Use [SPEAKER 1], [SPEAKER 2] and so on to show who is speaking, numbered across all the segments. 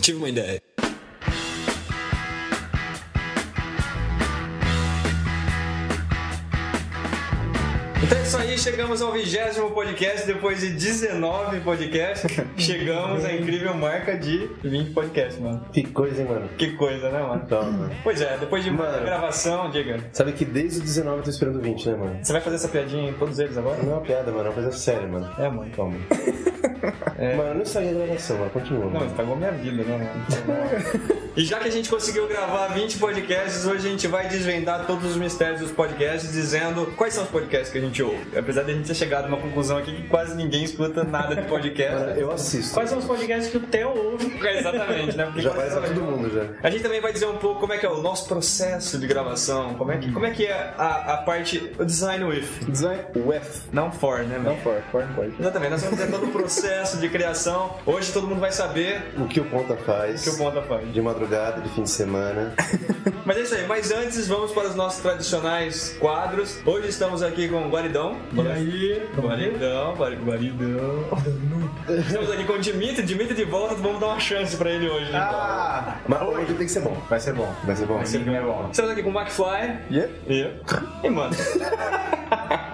[SPEAKER 1] Tive uma ideia. Então é isso aí, chegamos ao vigésimo podcast, depois de 19 podcasts, chegamos à incrível marca de 20 podcasts, mano.
[SPEAKER 2] Que coisa, hein, mano?
[SPEAKER 1] Que coisa, né, mano?
[SPEAKER 2] Então, mano.
[SPEAKER 1] Pois é, depois de muita
[SPEAKER 2] Mano.
[SPEAKER 1] gravação, diga,
[SPEAKER 2] Sabe que desde o 19 eu tô esperando o 20, né, mano?
[SPEAKER 1] você vai fazer essa piadinha em todos eles agora?
[SPEAKER 2] Não é uma piada, mano, é uma coisa séria, mano.
[SPEAKER 1] É, mano.
[SPEAKER 2] Calma. Mano, eu não saí da gravação, mano. Continua,
[SPEAKER 1] É. Não,
[SPEAKER 2] mano.
[SPEAKER 1] estragou minha vida, né, mano? e já que a gente conseguiu gravar 20 podcasts, hoje a gente vai desvendar todos os mistérios dos podcasts, dizendo quais são os podcasts que a gente ouve. Apesar de a gente ter chegado a uma conclusão aqui que quase ninguém escuta nada de
[SPEAKER 2] Mano,
[SPEAKER 1] podcast.
[SPEAKER 2] eu assisto.
[SPEAKER 3] Quais são os podcasts que o Theo ouve?
[SPEAKER 1] Exatamente, né? Porque
[SPEAKER 2] Já vai pra
[SPEAKER 1] quase-
[SPEAKER 2] todo mundo, já.
[SPEAKER 1] A gente também vai dizer um pouco como é que é o nosso processo de gravação, como é que, como é, que é a, a parte o design with,
[SPEAKER 2] Design UF.
[SPEAKER 1] não for, né? Não
[SPEAKER 2] for, for, for.
[SPEAKER 1] Exatamente, nós vamos dizer todo o processo de criação. Hoje todo mundo vai saber
[SPEAKER 2] O que o Ponta
[SPEAKER 1] o
[SPEAKER 2] faz.
[SPEAKER 1] que o é Ponta faz.
[SPEAKER 2] De madrugada, de fim de semana.
[SPEAKER 1] Mas é isso aí, mas antes vamos para os nossos tradicionais quadros. Hoje estamos aqui com o Guaridão.
[SPEAKER 3] E aí?
[SPEAKER 1] Guaridão, Guari- Guaridão. Estamos aqui com o Dimitri, Dimitri de volta, vamos dar uma chance pra ele hoje. então.
[SPEAKER 3] Ah,
[SPEAKER 2] Mas hoje tem que ser bom.
[SPEAKER 3] vai ser bom.
[SPEAKER 2] Vai ser bom. é?
[SPEAKER 3] Vai ser bom.
[SPEAKER 1] Estamos aqui com o McFly.
[SPEAKER 2] Yeah.
[SPEAKER 1] E, e mano.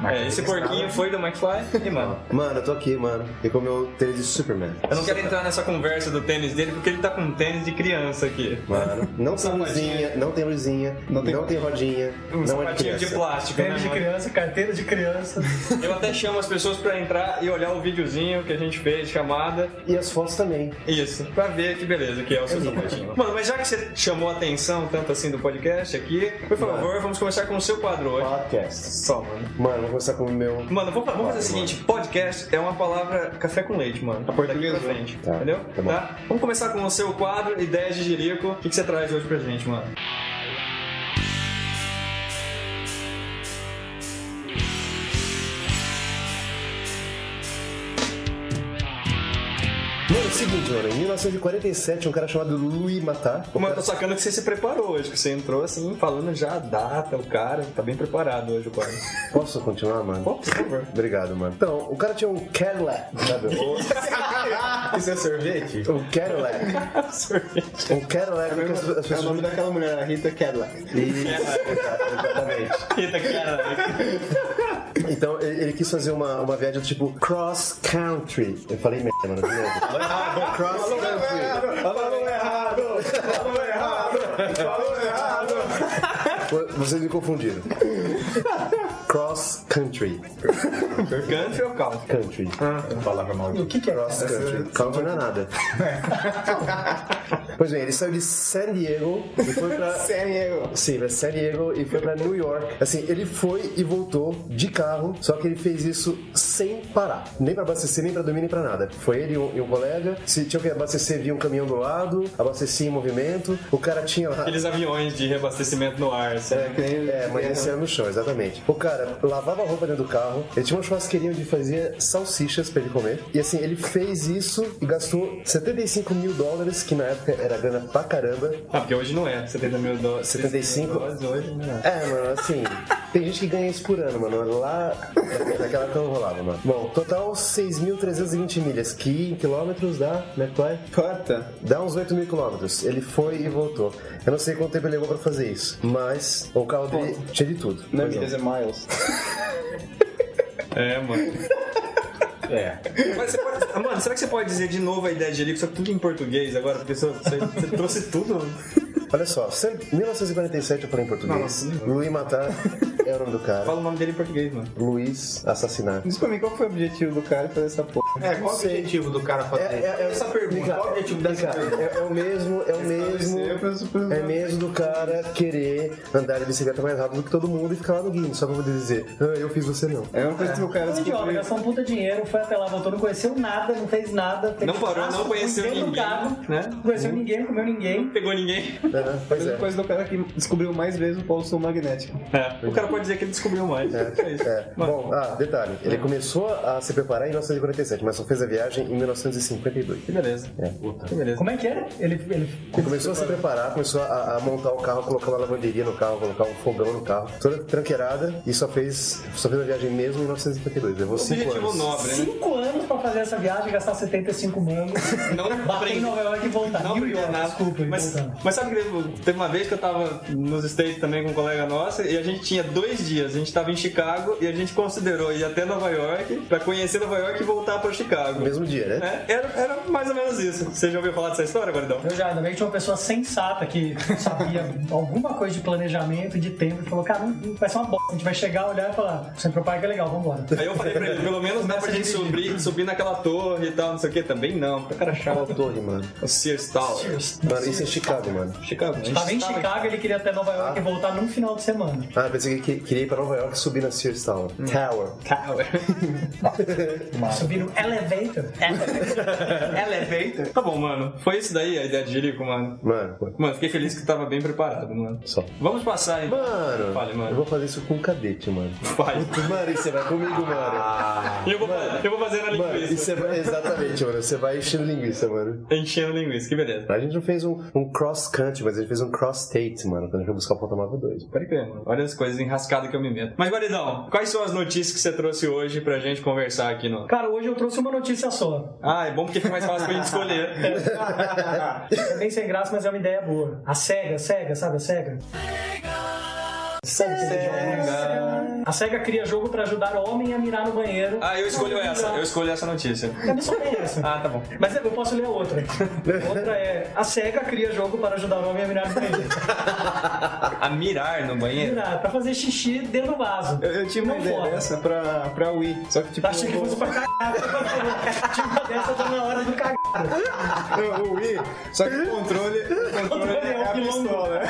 [SPEAKER 1] É, esse porquinho foi do McFly. E, mano.
[SPEAKER 2] Mano, eu tô aqui, mano. E com o meu tênis de Superman.
[SPEAKER 1] Eu não quero entrar nessa conversa do tênis dele porque ele tá com um tênis de criança aqui.
[SPEAKER 2] Mano, não tem
[SPEAKER 1] Sapatinho.
[SPEAKER 2] luzinha, não tem luzinha, não tem, rodinha,
[SPEAKER 1] Um
[SPEAKER 2] não é
[SPEAKER 1] sapatinho
[SPEAKER 2] criança.
[SPEAKER 1] de plástico, né,
[SPEAKER 3] Tênis de
[SPEAKER 1] mano?
[SPEAKER 3] criança, carteira de criança.
[SPEAKER 1] Eu até chamo as pessoas pra entrar e olhar o videozinho que a gente fez, chamada.
[SPEAKER 2] E as fotos também.
[SPEAKER 1] Isso, pra ver que beleza que é o seu sapatinho. Mano, mas já que você chamou a atenção tanto assim do podcast aqui, por favor, vamos começar com o seu quadro hoje.
[SPEAKER 2] Podcast.
[SPEAKER 1] Só, mano.
[SPEAKER 2] Mano, vou começar com o meu.
[SPEAKER 1] Mano, vamos, vamos fazer o seguinte: podcast é uma palavra café com leite, mano. A portuguesa. Pra frente,
[SPEAKER 2] Tá,
[SPEAKER 1] entendeu?
[SPEAKER 2] tá bom.
[SPEAKER 1] Vamos começar com o seu quadro, ideias de Jerico. O que, que você traz hoje pra gente, mano?
[SPEAKER 2] Mano, é o seguinte, mano. Em 1947, um cara chamado Louis Matar.
[SPEAKER 1] Mano, eu tô sacando que você se preparou hoje, que você entrou assim, falando já a data, o cara, tá bem preparado hoje o quadro.
[SPEAKER 2] Posso continuar, mano?
[SPEAKER 1] Por favor.
[SPEAKER 2] Obrigado, mano. Então, o cara tinha um Cadillac, sabe? O-
[SPEAKER 4] Isso é sorvete?
[SPEAKER 2] um Cadillac. Um Cadillac que as, as
[SPEAKER 4] É o
[SPEAKER 2] pessoas...
[SPEAKER 4] nome daquela mulher, a Rita Cadillac.
[SPEAKER 2] E- Exato, Exatamente.
[SPEAKER 1] Eita, cara.
[SPEAKER 2] Então, ele, ele quis fazer uma, uma viagem do tipo cross country. Eu falei merda, mano. de novo.
[SPEAKER 4] Ah,
[SPEAKER 2] cross country.
[SPEAKER 4] Falou errado! Falou errado! Falou errado!
[SPEAKER 2] Vocês me confundiram. Cross country.
[SPEAKER 1] Country ou country?
[SPEAKER 2] Country.
[SPEAKER 4] Palavra maldita.
[SPEAKER 2] Ah. O que, é cross country? Country não é nada. pois bem, ele saiu de San Diego e foi pra.
[SPEAKER 4] Sério?
[SPEAKER 2] Sim, pra San Diego e foi pra New York. Assim, ele foi e voltou de carro, só que ele fez isso sem parar. Nem pra abastecer, nem pra dormir, nem pra nada. Foi ele e um, e um colega. Se tinha que abastecer, via um caminhão do lado, abastecia em movimento. O cara tinha lá.
[SPEAKER 1] Aqueles aviões de reabastecimento no ar, sabe?
[SPEAKER 4] É, que nem-
[SPEAKER 2] É, mas esse era no chão, exatamente. O cara lavava a roupa dentro do carro, ele tinha uma churrasqueirinha onde fazia salsichas pra ele comer. E assim, ele fez isso e gastou 75 mil dólares, que na época era grana pra caramba.
[SPEAKER 1] Ah, porque hoje não é. 70 mil dólares.
[SPEAKER 2] 75?
[SPEAKER 1] dólares hoje não é.
[SPEAKER 2] É, mano, assim, tem gente que ganha isso por ano, mano. Lá naquela época não rolava, mano. Bom, total 6.320 milhas, que em quilômetros dá, McFly?
[SPEAKER 4] Cota.
[SPEAKER 2] Dá uns 8 mil quilômetros. Ele foi e voltou. Eu não sei quanto tempo ele levou pra fazer isso, mas o carro dele tinha de tudo. né,
[SPEAKER 4] Não,
[SPEAKER 2] Pois não.
[SPEAKER 4] milhas é miles.
[SPEAKER 1] É, mano.
[SPEAKER 4] É.
[SPEAKER 1] Mas você pode... Ah, Mano, será que você pode dizer de novo a ideia de Jerico, só que tudo em português agora? Porque você, você- você trouxe tudo.
[SPEAKER 2] Olha só, cem- 1947 eu falei em português. Luiz Matar é o nome do cara.
[SPEAKER 1] Fala o nome dele em português, mano.
[SPEAKER 2] Luiz Assassinar.
[SPEAKER 4] Diz pra mim qual foi o objetivo do cara fazer essa porra.
[SPEAKER 5] É, qual o objetivo do cara
[SPEAKER 1] é,
[SPEAKER 5] fazer?
[SPEAKER 2] essa pergunta.
[SPEAKER 5] é qual o
[SPEAKER 1] tipo
[SPEAKER 5] objetivo dessa pergunta?
[SPEAKER 2] É, é o mesmo, é o mesmo. É mesmo do cara querer andar de bicicleta mais rápido do que todo mundo e ficar lá no Guinness, só pra poder dizer, "Ah, eu fiz você não.
[SPEAKER 4] É uma coisa que o cara
[SPEAKER 3] Um idiota,
[SPEAKER 4] descobriu.
[SPEAKER 3] gastou um puta dinheiro, foi até lá, voltou, não conheceu nada, não fez nada. teve
[SPEAKER 1] Não parou,
[SPEAKER 3] gasto,
[SPEAKER 1] não conheceu
[SPEAKER 3] dentro do
[SPEAKER 1] ninguém,
[SPEAKER 3] carro,
[SPEAKER 1] né?
[SPEAKER 3] Não conheceu ninguém, não comeu ninguém.
[SPEAKER 1] Pegou ninguém.
[SPEAKER 2] É, É, pois
[SPEAKER 5] Mesma
[SPEAKER 2] é.
[SPEAKER 5] coisa do cara que descobriu mais vezes o polo sul magnético.
[SPEAKER 1] É, o cara pode dizer que ele descobriu mais. É, isso.
[SPEAKER 2] É.
[SPEAKER 1] Mas-
[SPEAKER 2] Bom, ah, detalhe. Ele começou a se preparar em 1947, mas só fez a viagem em 1952.
[SPEAKER 1] Que beleza. Que beleza.
[SPEAKER 3] Como é que era? Ele, ele...
[SPEAKER 2] Ele começou a se preparar, começou a, a montar o carro, colocar uma lavanderia no carro, colocar um fogão no carro, toda tranqueirada e só fez, só fez a viagem mesmo em 1952. Levou cinco
[SPEAKER 1] Objetivo
[SPEAKER 2] anos.
[SPEAKER 1] nobre, né?
[SPEAKER 3] Cinco anos pra fazer essa viagem, gastar 75 mangos,
[SPEAKER 1] Não
[SPEAKER 3] bater em
[SPEAKER 1] aprende.
[SPEAKER 3] Nova York e voltar.
[SPEAKER 1] Não
[SPEAKER 3] New
[SPEAKER 1] aprendi
[SPEAKER 3] York,
[SPEAKER 1] nada.
[SPEAKER 3] desculpa, então. e
[SPEAKER 1] mas,
[SPEAKER 3] voltando.
[SPEAKER 1] mas sabe que teve- teve uma vez que eu tava nos States também com um colega nosso e a gente tinha dois dias. A gente tava em Chicago e a gente considerou ir até Nova York pra conhecer Nova York e voltar pra Chicago.
[SPEAKER 2] No mesmo dia, né?
[SPEAKER 1] Né? Era, era mais ou menos isso. Você já ouviu falar dessa história, Guardão?
[SPEAKER 3] Eu já, ainda bem que tinha uma pessoa sensata que sabia alguma coisa de planejamento, de tempo, e falou, cara, não- não- vai ser uma bosta. A gente vai chegar, olhar e falar, Centro Parque é legal, vambora.
[SPEAKER 1] Aí eu falei pra ele, pelo menos dá pra gente subir, subir naquela torre e tal, não sei o que. Também não, porque o cara é
[SPEAKER 2] Qual
[SPEAKER 1] chato.
[SPEAKER 2] torre, mano?
[SPEAKER 1] O Sears Tower.
[SPEAKER 2] Mano, isso é Chicago, mano.
[SPEAKER 1] Chicago. a gente
[SPEAKER 3] Tava em
[SPEAKER 1] tava-
[SPEAKER 3] Chicago, ele queria até Nova York e voltar num final de semana.
[SPEAKER 2] Ah, pensei que que- queria ir pra Nova York e subir na Sears Tower.
[SPEAKER 1] Hum.
[SPEAKER 2] Tower.
[SPEAKER 1] Tower.
[SPEAKER 3] Subir no um elevator.
[SPEAKER 1] Elevator. Tá bom, mano. Foi isso daí a ideia de Jerico, mano.
[SPEAKER 2] Mano, pô,
[SPEAKER 1] Mano, fiquei feliz que tava bem preparado, mano.
[SPEAKER 2] só.
[SPEAKER 1] Vamos passar, então.
[SPEAKER 2] Mano,
[SPEAKER 1] Fale, mano.
[SPEAKER 2] eu vou fazer isso com um cadete, mano.
[SPEAKER 1] Faz.
[SPEAKER 2] Mano, e você vai comigo, mano.
[SPEAKER 1] E eu vou, eu vou fazer na
[SPEAKER 2] Mano, e
[SPEAKER 1] linguiça.
[SPEAKER 2] você vai, exatamente, mano. Você vai enchendo linguiça, mano.
[SPEAKER 1] Enchendo linguiça, que beleza.
[SPEAKER 2] A gente não fez um, um cross-country, mas a gente fez um cross-state, mano, quando a gente foi buscar o Ponta Nova 2.
[SPEAKER 1] Pode crer, mano. Olha as coisas enrascadas que eu me meto. Mas, Guaridão, quais são as notícias que você trouxe hoje pra gente conversar aqui no...
[SPEAKER 3] Cara, hoje eu trouxe uma notícia só.
[SPEAKER 1] Ah, é bom porque fica mais fácil pra gente escolher.
[SPEAKER 3] É bem sem graça, mas é uma ideia boa. A SEGA, SEGA, sabe a SEGA? A SEGA cria jogo pra ajudar o homem a mirar no banheiro.
[SPEAKER 1] Ah, eu escolho essa. Eu escolho essa notícia.
[SPEAKER 3] Eu não sou essa.
[SPEAKER 1] Ah, tá bom.
[SPEAKER 3] Mas eu posso ler outra. Outra é: a SEGA cria jogo para ajudar o homem a mirar no banheiro.
[SPEAKER 1] A mirar no banheiro?
[SPEAKER 3] Mirar, pra fazer xixi dentro do vaso.
[SPEAKER 5] Eu, eu tinha uma
[SPEAKER 3] Não Tá
[SPEAKER 5] ideia
[SPEAKER 3] fora.
[SPEAKER 5] dessa pra, pra Wii. Só que tipo.
[SPEAKER 3] Achei que
[SPEAKER 5] o-
[SPEAKER 3] fosse pra cagada. Tinha uma dessa tá na hora do cagado.
[SPEAKER 5] o, o Wii. Só que o controle, o controle
[SPEAKER 3] Controle é
[SPEAKER 5] é a
[SPEAKER 3] o quilombo.
[SPEAKER 5] pistola.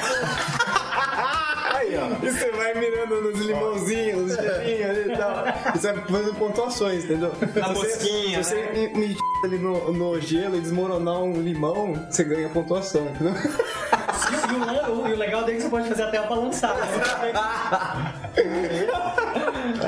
[SPEAKER 5] Aí, ó. E você vai mirando nos limãozinhos, nos gelinhos ali e tal. E você vai fazendo pontuações, entendeu?
[SPEAKER 1] Na
[SPEAKER 5] Se você-
[SPEAKER 1] mosquinha,
[SPEAKER 5] Se você
[SPEAKER 1] né?
[SPEAKER 5] me- me ali no, no gelo e desmoronar um limão, você ganha pontuação, entendeu?
[SPEAKER 3] E o- E o, lan- e o legal dele é que você pode fazer até a né? balançada.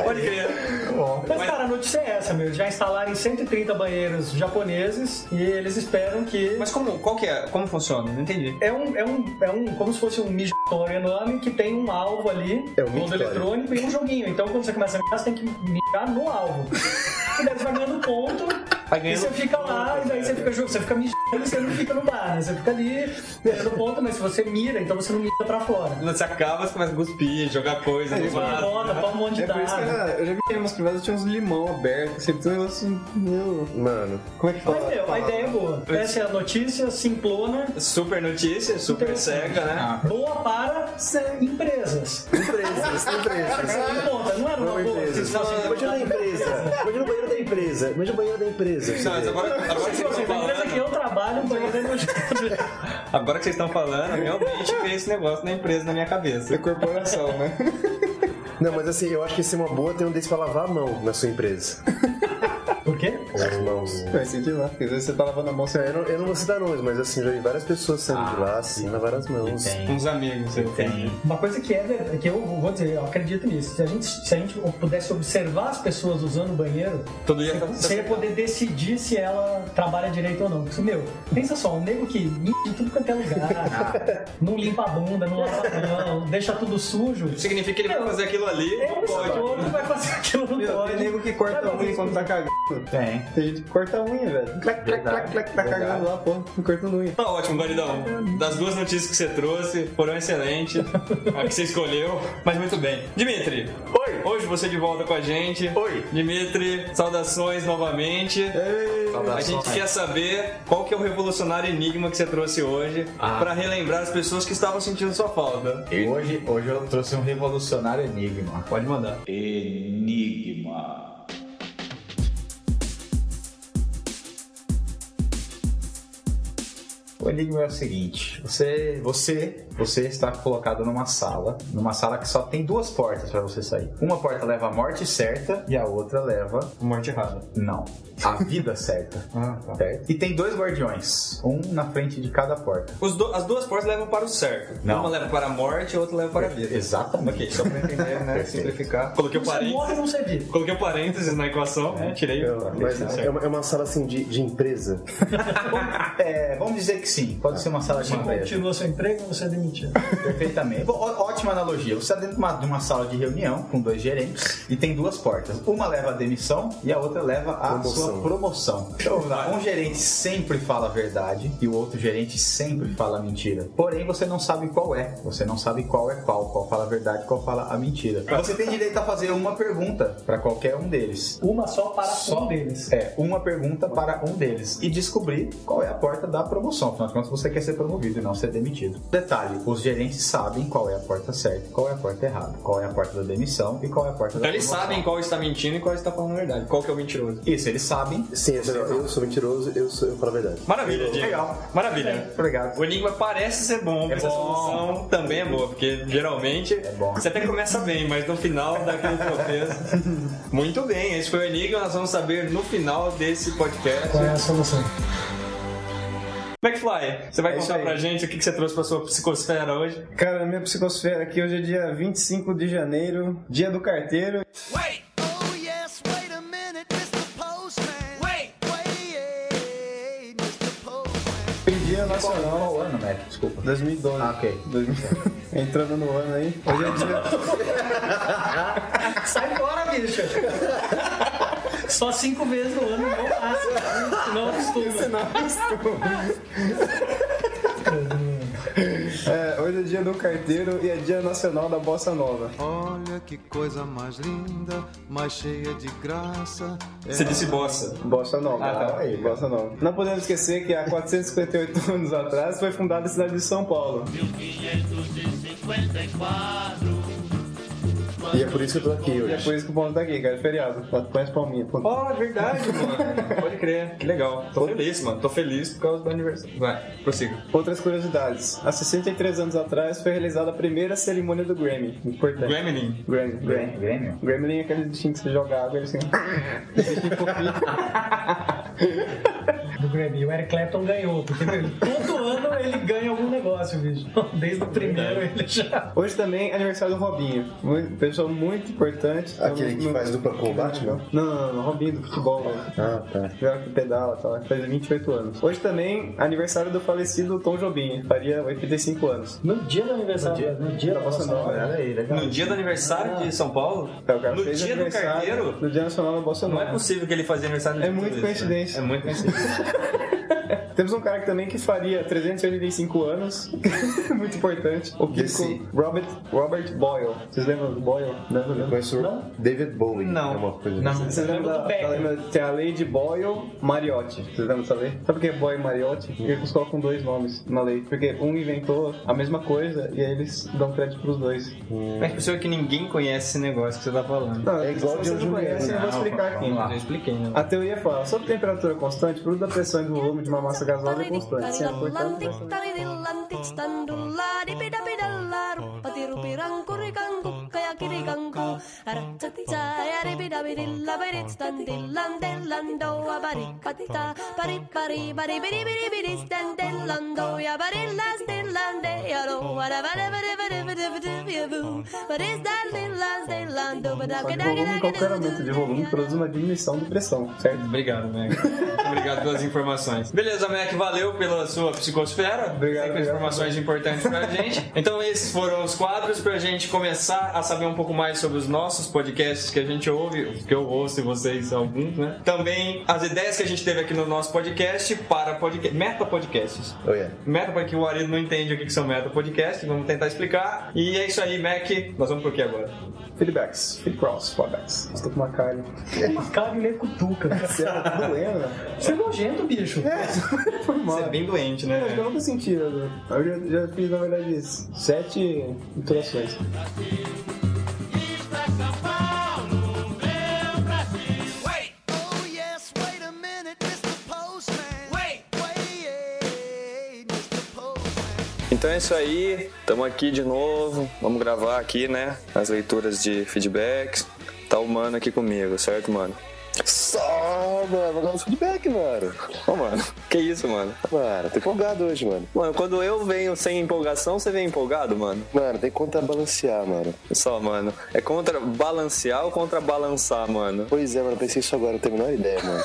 [SPEAKER 1] Pode crer.
[SPEAKER 3] Mas, cara, a notícia é essa, meu. Já instalaram em 130 banheiros japoneses e eles esperam que.
[SPEAKER 1] Mas como, qual que é? Como funciona? Não entendi.
[SPEAKER 3] É um, é um, é um, como se fosse um mijatório enorme que tem um alvo ali,
[SPEAKER 2] É um
[SPEAKER 3] mundo
[SPEAKER 2] mijatório.
[SPEAKER 3] eletrônico e um joguinho. Então, quando você começa a mijar, você tem que mijar no alvo. E daí você vai ganhando ponto,
[SPEAKER 1] Vai ganhando
[SPEAKER 3] e você fica lá, e
[SPEAKER 5] né?
[SPEAKER 3] daí você fica, jogando, você fica mijando e você não fica no bar, né? Você fica ali ganhando ponto, mas se você mira, então você não mira pra fora.
[SPEAKER 1] Quando Você acaba, você começa a cuspir, jogar coisa no
[SPEAKER 3] Você
[SPEAKER 1] vaso.
[SPEAKER 3] bota, toma um monte de
[SPEAKER 5] É por isso que
[SPEAKER 3] dado.
[SPEAKER 5] era, eu já vi umas privadas tinha uns limão aberto, sempre tem um negócio. Meu,
[SPEAKER 2] Mano,
[SPEAKER 5] como é que fala?
[SPEAKER 3] Mas, meu, a ideia é boa. Essa é a notícia simplona,
[SPEAKER 1] Super notícia, super cega, né?
[SPEAKER 3] boa para empresas.
[SPEAKER 2] empresas, empresas.
[SPEAKER 3] Não importa, não era uma boa.
[SPEAKER 2] Empresas.
[SPEAKER 3] Não, assim,
[SPEAKER 2] é Imagina a empresa. Imagina o banheiro da empresa. Imagina o banheiro da empresa. pra você
[SPEAKER 1] Não, mas
[SPEAKER 2] ver.
[SPEAKER 1] agora, agora que
[SPEAKER 3] Se
[SPEAKER 1] vocês
[SPEAKER 3] você
[SPEAKER 1] estão
[SPEAKER 3] da empresa que
[SPEAKER 1] falando,
[SPEAKER 3] eu trabalho, pra ele não
[SPEAKER 1] agora que vocês estão falando, realmente veio esse negócio na empresa na minha
[SPEAKER 5] Da
[SPEAKER 4] É
[SPEAKER 1] cabeça.
[SPEAKER 5] corporação, né?
[SPEAKER 2] Não, mas assim, eu acho que ia ser uma boa ter um desse pra lavar a mão na sua empresa.
[SPEAKER 3] Por quê?
[SPEAKER 2] As mãos.
[SPEAKER 5] Vai sentir lá, porque às vezes você tá lavando a mão, você
[SPEAKER 2] Eu não, eu não vou citar nomes, mas assim, já vi várias pessoas saindo de lá, assim, lavar as mãos.
[SPEAKER 1] Uns amigos, eu entendi.
[SPEAKER 3] Uma coisa que é verdade, que eu vou dizer, eu acredito nisso. Se a gente, se a gente pudesse observar as pessoas usando o banheiro,
[SPEAKER 1] Todo dia tá-
[SPEAKER 3] você ia poder decidir se ela trabalha direito ou não. Porque, meu, pensa só, um nego que mija de tudo quanto é lugar, não limpa a bunda, não lava a mão, deixa tudo sujo.
[SPEAKER 1] Significa que ele vai
[SPEAKER 3] Meu,
[SPEAKER 1] fazer aquilo ali,
[SPEAKER 3] É
[SPEAKER 1] não
[SPEAKER 3] um
[SPEAKER 1] pode.
[SPEAKER 3] escroto vai fazer aquilo, não
[SPEAKER 5] Meu, tem
[SPEAKER 3] pode.
[SPEAKER 5] nego que corta a
[SPEAKER 3] Sabe,
[SPEAKER 5] unha quando tá cagando.
[SPEAKER 4] Tem.
[SPEAKER 5] Tem gente que corta a unha, velho. Clac, clac, clac, clac, tá cagando lá, pô. Não cortando unha.
[SPEAKER 1] Tá ótimo, Guaridão. Das duas notícias que você trouxe, foram excelentes. A que você escolheu, mas muito bem. Dimitri.
[SPEAKER 4] Oi.
[SPEAKER 1] Hoje você de volta com a gente.
[SPEAKER 4] Oi. É,
[SPEAKER 1] Dimitri, saudações novamente. A gente quer saber qual que é o revolucionário enigma que você trouxe hoje pra
[SPEAKER 4] Ah.
[SPEAKER 1] relembrar as pessoas que estavam sentindo sua falta.
[SPEAKER 4] E Hoje, hoje eu trouxe um revolucionário enigma.
[SPEAKER 1] Pode mandar.
[SPEAKER 4] Enigma. O enigma é o seguinte: você, você, você está colocado numa sala, numa sala que só tem duas portas para você sair. Uma porta leva a morte certa e a outra leva
[SPEAKER 1] Morte errada.
[SPEAKER 4] não. A vida certa.
[SPEAKER 5] Ah, tá.
[SPEAKER 4] certo? E tem dois guardiões. Um na frente de cada porta.
[SPEAKER 1] Os do- as duas portas levam para o certo.
[SPEAKER 4] Não.
[SPEAKER 1] Uma leva para a morte, a outra leva para a vida.
[SPEAKER 4] Exatamente.
[SPEAKER 1] Ok, só pra entender, né? simplificar. Coloquei o
[SPEAKER 3] Você morre
[SPEAKER 1] parênteses.
[SPEAKER 3] e não servir.
[SPEAKER 1] Coloquei o parênteses na equação, né? tirei o.
[SPEAKER 2] Mas é uma, é uma sala assim de, de empresa.
[SPEAKER 4] É, vamos dizer que sim. Pode ser uma sala de
[SPEAKER 3] Você
[SPEAKER 4] empresa.
[SPEAKER 3] continua seu emprego, você é demitido.
[SPEAKER 4] Perfeitamente. Bom, ó- ótima analogia. Você está dentro de uma, de uma sala de reunião com dois gerentes e tem duas portas. Uma leva a demissão e a outra leva a
[SPEAKER 2] Promoção.
[SPEAKER 4] sua promoção. Então, vamos lá. um gerente sempre fala a verdade e o outro gerente sempre fala a mentira. Porém, você não sabe qual é. Você não sabe qual é qual. Qual fala a verdade, qual fala a mentira. Você tem direito a fazer uma pergunta para qualquer um deles.
[SPEAKER 3] Uma só para
[SPEAKER 4] Só?
[SPEAKER 3] um deles.
[SPEAKER 4] É, uma pergunta para um deles e descobrir qual é a porta da promoção. Afinal de contas, você quer ser promovido e não ser demitido. Detalhe: os gerentes sabem qual é a porta certa, qual é a porta errada, qual é a porta da demissão e qual é a porta da
[SPEAKER 1] Então eles
[SPEAKER 4] promoção.
[SPEAKER 1] sabem qual está mentindo e qual está falando a verdade. Qual que é o mentiroso.
[SPEAKER 4] Isso, eles sabem.
[SPEAKER 2] Sim, eu, eu sou mentiroso, eu, sou, eu falo a verdade.
[SPEAKER 1] Maravilha, Diego.
[SPEAKER 4] Legal.
[SPEAKER 1] Maravilha.
[SPEAKER 4] Obrigado.
[SPEAKER 1] O enigma parece ser bom, mas a
[SPEAKER 4] bom.
[SPEAKER 1] solução também é boa, porque geralmente
[SPEAKER 4] bom.
[SPEAKER 1] você até começa bem, mas no final dá aquele tropeço. Muito bem, esse foi o enigma, nós vamos saber no final desse podcast.
[SPEAKER 3] Qual é a solução?
[SPEAKER 1] McFly, você vai
[SPEAKER 5] É isso
[SPEAKER 1] contar
[SPEAKER 5] aí.
[SPEAKER 1] pra gente o que que você trouxe pra sua psicosfera hoje?
[SPEAKER 5] Cara, na minha psicosfera aqui, hoje é dia 25 de janeiro, dia do carteiro.
[SPEAKER 6] Wait! Oh, yes, wait a minute, Mr. Postman. Wait! Wait, Mr. Postman.
[SPEAKER 5] Tem dia
[SPEAKER 4] Qual,
[SPEAKER 5] nacional.
[SPEAKER 4] qual ano, Matt? Desculpa.
[SPEAKER 5] 2012.
[SPEAKER 4] Ah, ok.
[SPEAKER 5] 2012. Entrando no ano aí. Hoje é dia.
[SPEAKER 3] Sai fora, bicho! Só cinco vezes no ano, não passa. Não costuma.
[SPEAKER 5] é, hoje é dia do carteiro e é dia nacional da bossa nova.
[SPEAKER 6] Olha que coisa mais linda, mais cheia de graça.
[SPEAKER 1] Você disse bossa.
[SPEAKER 5] Bossa nova.
[SPEAKER 4] Ah, tá.
[SPEAKER 5] Aí, bossa nova. Não podemos esquecer que há 458 anos atrás foi fundada a cidade de São Paulo.
[SPEAKER 2] E é por isso que eu tô aqui
[SPEAKER 5] E é
[SPEAKER 2] hoje.
[SPEAKER 5] por isso que o ponto tá aqui, cara. É feriado. Quatro pães palminha. Ponto.
[SPEAKER 1] Oh, é verdade, mano. Pode crer. Que legal. Tô feliz, mano. Tô feliz por causa do aniversário. Vai, prossiga.
[SPEAKER 5] Outras curiosidades. Há 63 anos atrás foi realizada a primeira cerimônia do Grammy.
[SPEAKER 1] Tá.
[SPEAKER 5] Importante.
[SPEAKER 1] Gremlin.
[SPEAKER 5] Grammy. Grammy.
[SPEAKER 4] Grêmio?
[SPEAKER 5] Gremlin é aquele bichinho que você joga água, ele assim. bichinho fofinho.
[SPEAKER 3] Do Grammy. O Eric Clapton ganhou, porque todo ano ele ganha algum negócio, bicho. Desde o primeiro ele já.
[SPEAKER 5] Hoje também é aniversário do Robinho. Muito, pessoa muito importante.
[SPEAKER 2] Aquele que
[SPEAKER 5] Não-
[SPEAKER 2] faz dupla com o Batman?
[SPEAKER 5] Não, não, não, Robinho do futebol, velho.
[SPEAKER 2] Ah, tá.
[SPEAKER 5] Joga que pedala e tal, que faz 28 anos. Hoje também, aniversário do falecido Tom Jobim, faria 85 anos.
[SPEAKER 3] No dia do aniversário, no dia, da
[SPEAKER 5] Bossa Nova.
[SPEAKER 4] Olha aí, legal.
[SPEAKER 1] No dia do aniversário de São Paulo?
[SPEAKER 5] Então, o cara
[SPEAKER 1] no
[SPEAKER 5] fez
[SPEAKER 1] dia do
[SPEAKER 5] aniversário
[SPEAKER 1] carteiro?
[SPEAKER 5] No Dia Nacional da Bossa
[SPEAKER 1] Não
[SPEAKER 5] Nova.
[SPEAKER 1] é possível que ele fazia aniversário no
[SPEAKER 5] É
[SPEAKER 1] dia
[SPEAKER 5] muito
[SPEAKER 1] desse, né?
[SPEAKER 5] coincidência.
[SPEAKER 1] É muito coincidência.
[SPEAKER 5] Temos um cara que também que faria 385 anos, muito importante. O
[SPEAKER 2] Desse.
[SPEAKER 5] físico Robert, Robert Boyle. Vocês lembram do Boyle? Lembra,
[SPEAKER 2] Eu
[SPEAKER 5] lembra?
[SPEAKER 2] conheço
[SPEAKER 3] Não?
[SPEAKER 2] David Bowie.
[SPEAKER 1] Não.
[SPEAKER 2] É uma coisa
[SPEAKER 1] Não.
[SPEAKER 2] assim.
[SPEAKER 5] Vocês lembram da, da lembra- tem a lei de Boyle Mariotti. Vocês lembram dessa lei? Sabe por que é Boyle e Mariotti? Porque eles colocam dois nomes na lei. Porque um inventou a mesma coisa e aí eles dão crédito pros dois.
[SPEAKER 1] Mas é possível que ninguém conhece esse negócio que você tá falando.
[SPEAKER 5] Não,
[SPEAKER 2] É igual
[SPEAKER 5] se
[SPEAKER 2] de um
[SPEAKER 5] vocês não
[SPEAKER 2] Juliano.
[SPEAKER 5] conhecem, eu vou
[SPEAKER 4] Não,
[SPEAKER 5] explicar
[SPEAKER 4] vamos
[SPEAKER 5] aqui.
[SPEAKER 4] lá.
[SPEAKER 1] Eu já expliquei, né?
[SPEAKER 5] A teoria fala, sob temperatura constante, o produto da pressão e do volume de uma massa gasosa é constante. Sim, é importante. Só que o volume, qualquer aumento de volume, produz uma diminuição de pressão, certo?
[SPEAKER 1] Obrigado, Mac. Muito Obrigado pelas informações. Beleza, Mac, valeu pela sua psicosfera.
[SPEAKER 5] Obrigado,
[SPEAKER 1] Sempre
[SPEAKER 5] obrigado.
[SPEAKER 1] informações importantes pra gente. Então, esses foram os quadros pra gente começar a saber um pouco mais sobre os nossos podcasts que a gente ouve, os que eu ouço e vocês alguns, né? Também as ideias que a gente teve aqui no nosso podcast para podcast, meta podcasts.
[SPEAKER 2] Oh, yeah.
[SPEAKER 1] Meta, para que o Arido não entende o que que são meta podcast, vamos tentar explicar. E é isso aí, Mac. Nós vamos por quê agora?
[SPEAKER 5] Feedbacks, feed cross, feedbacks. Estou com uma carne.
[SPEAKER 3] Cabe meio cutuca.
[SPEAKER 5] Tá doendo, né?
[SPEAKER 3] Você é nojento, bicho.
[SPEAKER 5] Foi mal.
[SPEAKER 1] Você é bem doente, né?
[SPEAKER 5] Acho que eu nunca senti, né? Eu já, já fiz, na verdade, sete interações.
[SPEAKER 6] Wait! Oh, yes, wait a minute, Mr. Postman. Wait! Wait, Mr. Postman.
[SPEAKER 7] Então é isso aí, estamos aqui de novo, vamos gravar aqui, né? As leituras de feedbacks. Tá o mano aqui comigo, certo, mano? Salve!
[SPEAKER 8] Ah, mano, vou dar um feedback, mano.
[SPEAKER 7] Ô, mano, que isso, mano?
[SPEAKER 8] Mano, tô empolgado hoje, mano.
[SPEAKER 7] Mano, quando eu venho sem empolgação, você vem empolgado, mano?
[SPEAKER 8] Mano, tem que contrabalancear, mano.
[SPEAKER 7] Só, mano. É contra balancear ou contra balançar, mano?
[SPEAKER 8] Pois é, mano, pensei isso agora, não tenho a menor ideia, mano.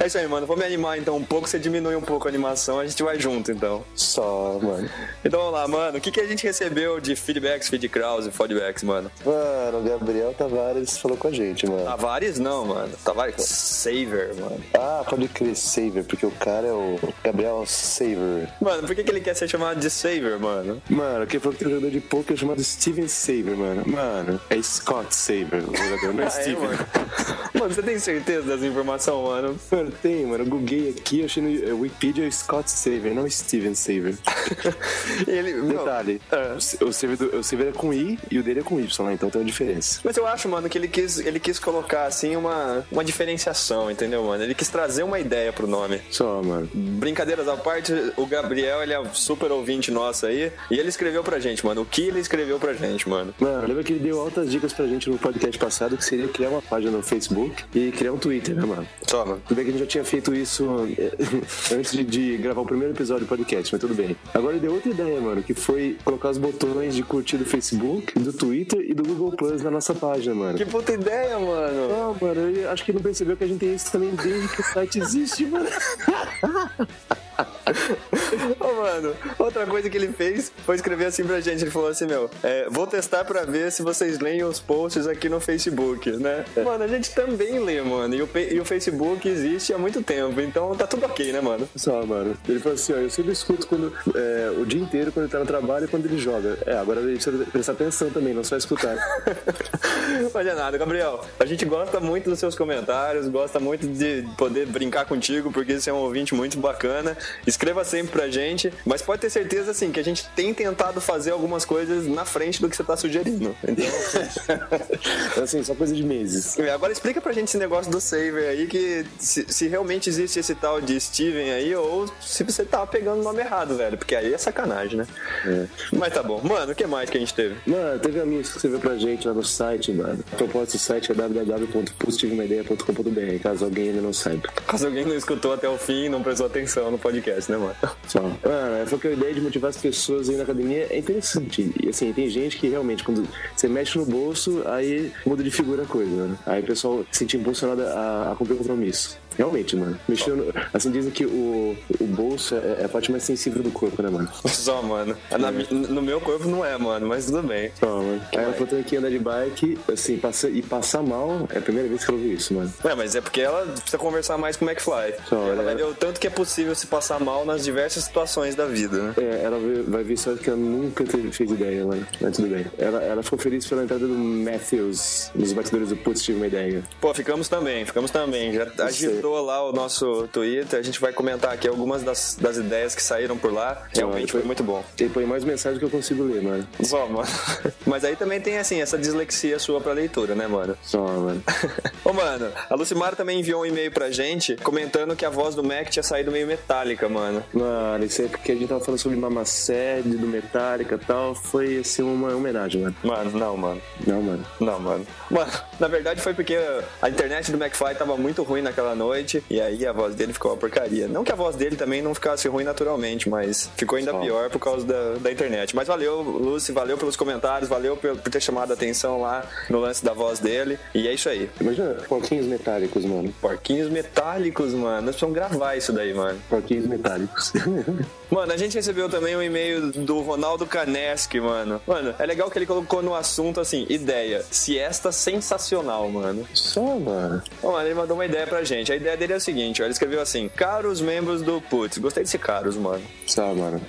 [SPEAKER 7] é isso aí, mano. Vou me animar então um pouco, você diminui um pouco a animação, a gente vai junto, então.
[SPEAKER 8] Só, mano.
[SPEAKER 7] Então vamos lá, mano. O que, que a gente recebeu de feedbacks, feedcrows e feedbacks, mano?
[SPEAKER 8] Mano, o Gabriel Tavares falou com a gente, mano.
[SPEAKER 7] Tavares não, mano. Tavares Saver, mano.
[SPEAKER 8] Ah, pode crer, Saver, porque o cara é o Gabriel Saver.
[SPEAKER 7] Mano, por que, que ele quer ser chamado de Saver, mano?
[SPEAKER 8] Mano, quem falou que tem um jogador de poker chamado Steven Saver, mano. Mano, é Scott Saver o jogador, não é
[SPEAKER 7] Ah, é,
[SPEAKER 8] Steven.
[SPEAKER 7] mano. mano, você tem certeza dessa informação, mano?
[SPEAKER 8] Mano, tem, mano. Eu googlei aqui, eu achei no eh, Wikipedia o Scott Saver, não o Steven Saver.
[SPEAKER 7] E ele. não. é.
[SPEAKER 8] Detalhe, o, Saver do- o Saver é com I e o dele é com Y, né? Então tem uma diferença.
[SPEAKER 7] Mas eu acho, mano, que ele quis, ele quis colocar, assim, uma, uma diferenciação, entendeu, mano? Ele quis trazer uma ideia pro nome.
[SPEAKER 8] Só, mano.
[SPEAKER 7] Brincadeiras à parte, o Gabriel, ele é um super ouvinte nosso aí. E ele escreveu pra gente, mano. O que ele escreveu pra gente, mano?
[SPEAKER 8] Mano, lembra que ele deu altas dicas pra gente no podcast passado, que seria criar uma página no Facebook e criar um Twitter, né, mano?
[SPEAKER 7] Só, mano.
[SPEAKER 8] Tudo bem que a gente já tinha feito isso eh, antes de, de gravar o primeiro episódio do podcast, mas tudo bem. Agora ele deu outra ideia, mano, que foi colocar os botões de curtir do Facebook, do Twitter e do Google Plus na nossa página, mano.
[SPEAKER 7] Que puta ideia, mano.
[SPEAKER 8] Não, mano, ele- acho que ele não percebeu que a gente tem isso também desde que o site existe, mano.
[SPEAKER 7] Ô, mano, outra coisa que ele fez foi escrever assim pra gente. Ele falou assim, meu, é, vou testar pra ver se vocês leem os posts aqui no Facebook, né? Mano, a gente também lê, mano. E o, pe- e o Facebook existe há muito tempo, então tá tudo ok, né, mano?
[SPEAKER 8] Só, mano. Ele falou assim, ó, eu sempre escuto quando, é, o dia inteiro quando ele tá no trabalho e quando ele joga. É, agora ele precisa prestar atenção também, não só escutar.
[SPEAKER 7] Mas é nada, Gabriel. A gente gosta muito dos seus comentários, gosta muito de poder brincar contigo, porque você é um ouvinte muito bacana. Escreva sempre pra gente, mas pode ter certeza, assim, que a gente tem tentado fazer algumas coisas na frente do que você tá sugerindo.
[SPEAKER 8] assim, só coisa de meses.
[SPEAKER 7] É, Agora explica pra gente esse negócio do saver aí, que se, se realmente existe esse tal de Steven aí, ou se você tá pegando o nome errado, velho, porque aí é sacanagem, né? Mas tá bom. Mano, o que mais que a gente teve?
[SPEAKER 8] Mano, teve um amigo que escreveu pra gente lá no site, mano. A propósito, o site é www.positivemaideia.com.br, caso alguém ainda não saiba.
[SPEAKER 7] Caso alguém não escutou até o fim e não prestou atenção no podcast, né, mano?
[SPEAKER 8] Só. Mano, foi que a ideia de motivar as pessoas aí na academia é interessante. E assim, tem gente que realmente, quando você mexe no bolso, aí muda de figura a coisa, né? Aí o pessoal se sente impulsionado a, a cumprir o compromisso. Realmente, mano. Mexendo. no- Assim, dizem que o, o bolso é, é a parte mais sensível do corpo, né, mano?
[SPEAKER 7] Só, mano. Na mi- no meu corpo não é, mano, mas tudo bem.
[SPEAKER 8] Só, mano. Aí ela falou que andar de bike, assim, passa, e passar mal é a primeira vez que eu ouvi isso, mano.
[SPEAKER 7] É, mas é porque ela precisa conversar mais com o McFly.
[SPEAKER 8] Só,
[SPEAKER 7] ela
[SPEAKER 8] né?
[SPEAKER 7] vai ver o tanto que é possível se passar mal nas diversas situações da vida, né?
[SPEAKER 8] É, ela vê- vai ver só que ela nunca teve, fez ideia, mano. Mas tudo bem. Ela, ela ficou feliz pela entrada do Matthews nos batidores do Putz, tive uma ideia.
[SPEAKER 7] Pô, ficamos também, ficamos também. Já agitou lá o nosso Twitter. A gente vai comentar aqui algumas das, das ideias que saíram por lá. Realmente foi
[SPEAKER 8] depois-
[SPEAKER 7] muito bom.
[SPEAKER 8] Então, Ele põe mais mensagem que eu consigo ler, mano.
[SPEAKER 7] Só, mano. Mas aí também tem, assim, essa dislexia sua pra leitura, né, mano?
[SPEAKER 8] Só, mano.
[SPEAKER 7] Ô, mano, a Lucimara também enviou um e-mail pra gente comentando que a voz do Mac tinha saído meio metálica, mano.
[SPEAKER 8] Mano, isso aí porque a gente tava falando sobre Mamacede, do Metallica e tal. Foi, assim, uma homenagem, mano.
[SPEAKER 7] Mano, não, mano.
[SPEAKER 8] Não, mano.
[SPEAKER 7] Não, mano. Mano, na verdade foi porque a internet do McFly tava muito ruim naquela noite e aí a voz dele ficou uma porcaria. Não que a voz dele também não ficasse ruim naturalmente, mas ficou ainda pior por causa da, da internet. Mas valeu, Lucy, valeu pelos comentários, valeu pe- por, ter chamado a atenção lá no lance da voz dele. E é isso aí.
[SPEAKER 8] Imagina porquinhos metálicos, mano.
[SPEAKER 7] Porquinhos metálicos, mano. Nós precisamos gravar isso daí, mano.
[SPEAKER 8] Porquinhos metálicos.
[SPEAKER 7] Mano, a gente recebeu também um e-mail do Ronaldo Kaneski, mano. Mano, é legal que ele colocou no assunto assim, ideia. Siesta sensacional, mano.
[SPEAKER 8] Só, mano.
[SPEAKER 7] Bom, ele mandou uma ideia pra gente. A ideia dele é o seguinte, ó, ele escreveu assim: Caros membros do Putz, gostei desse caros, mano.
[SPEAKER 8] Só, mano.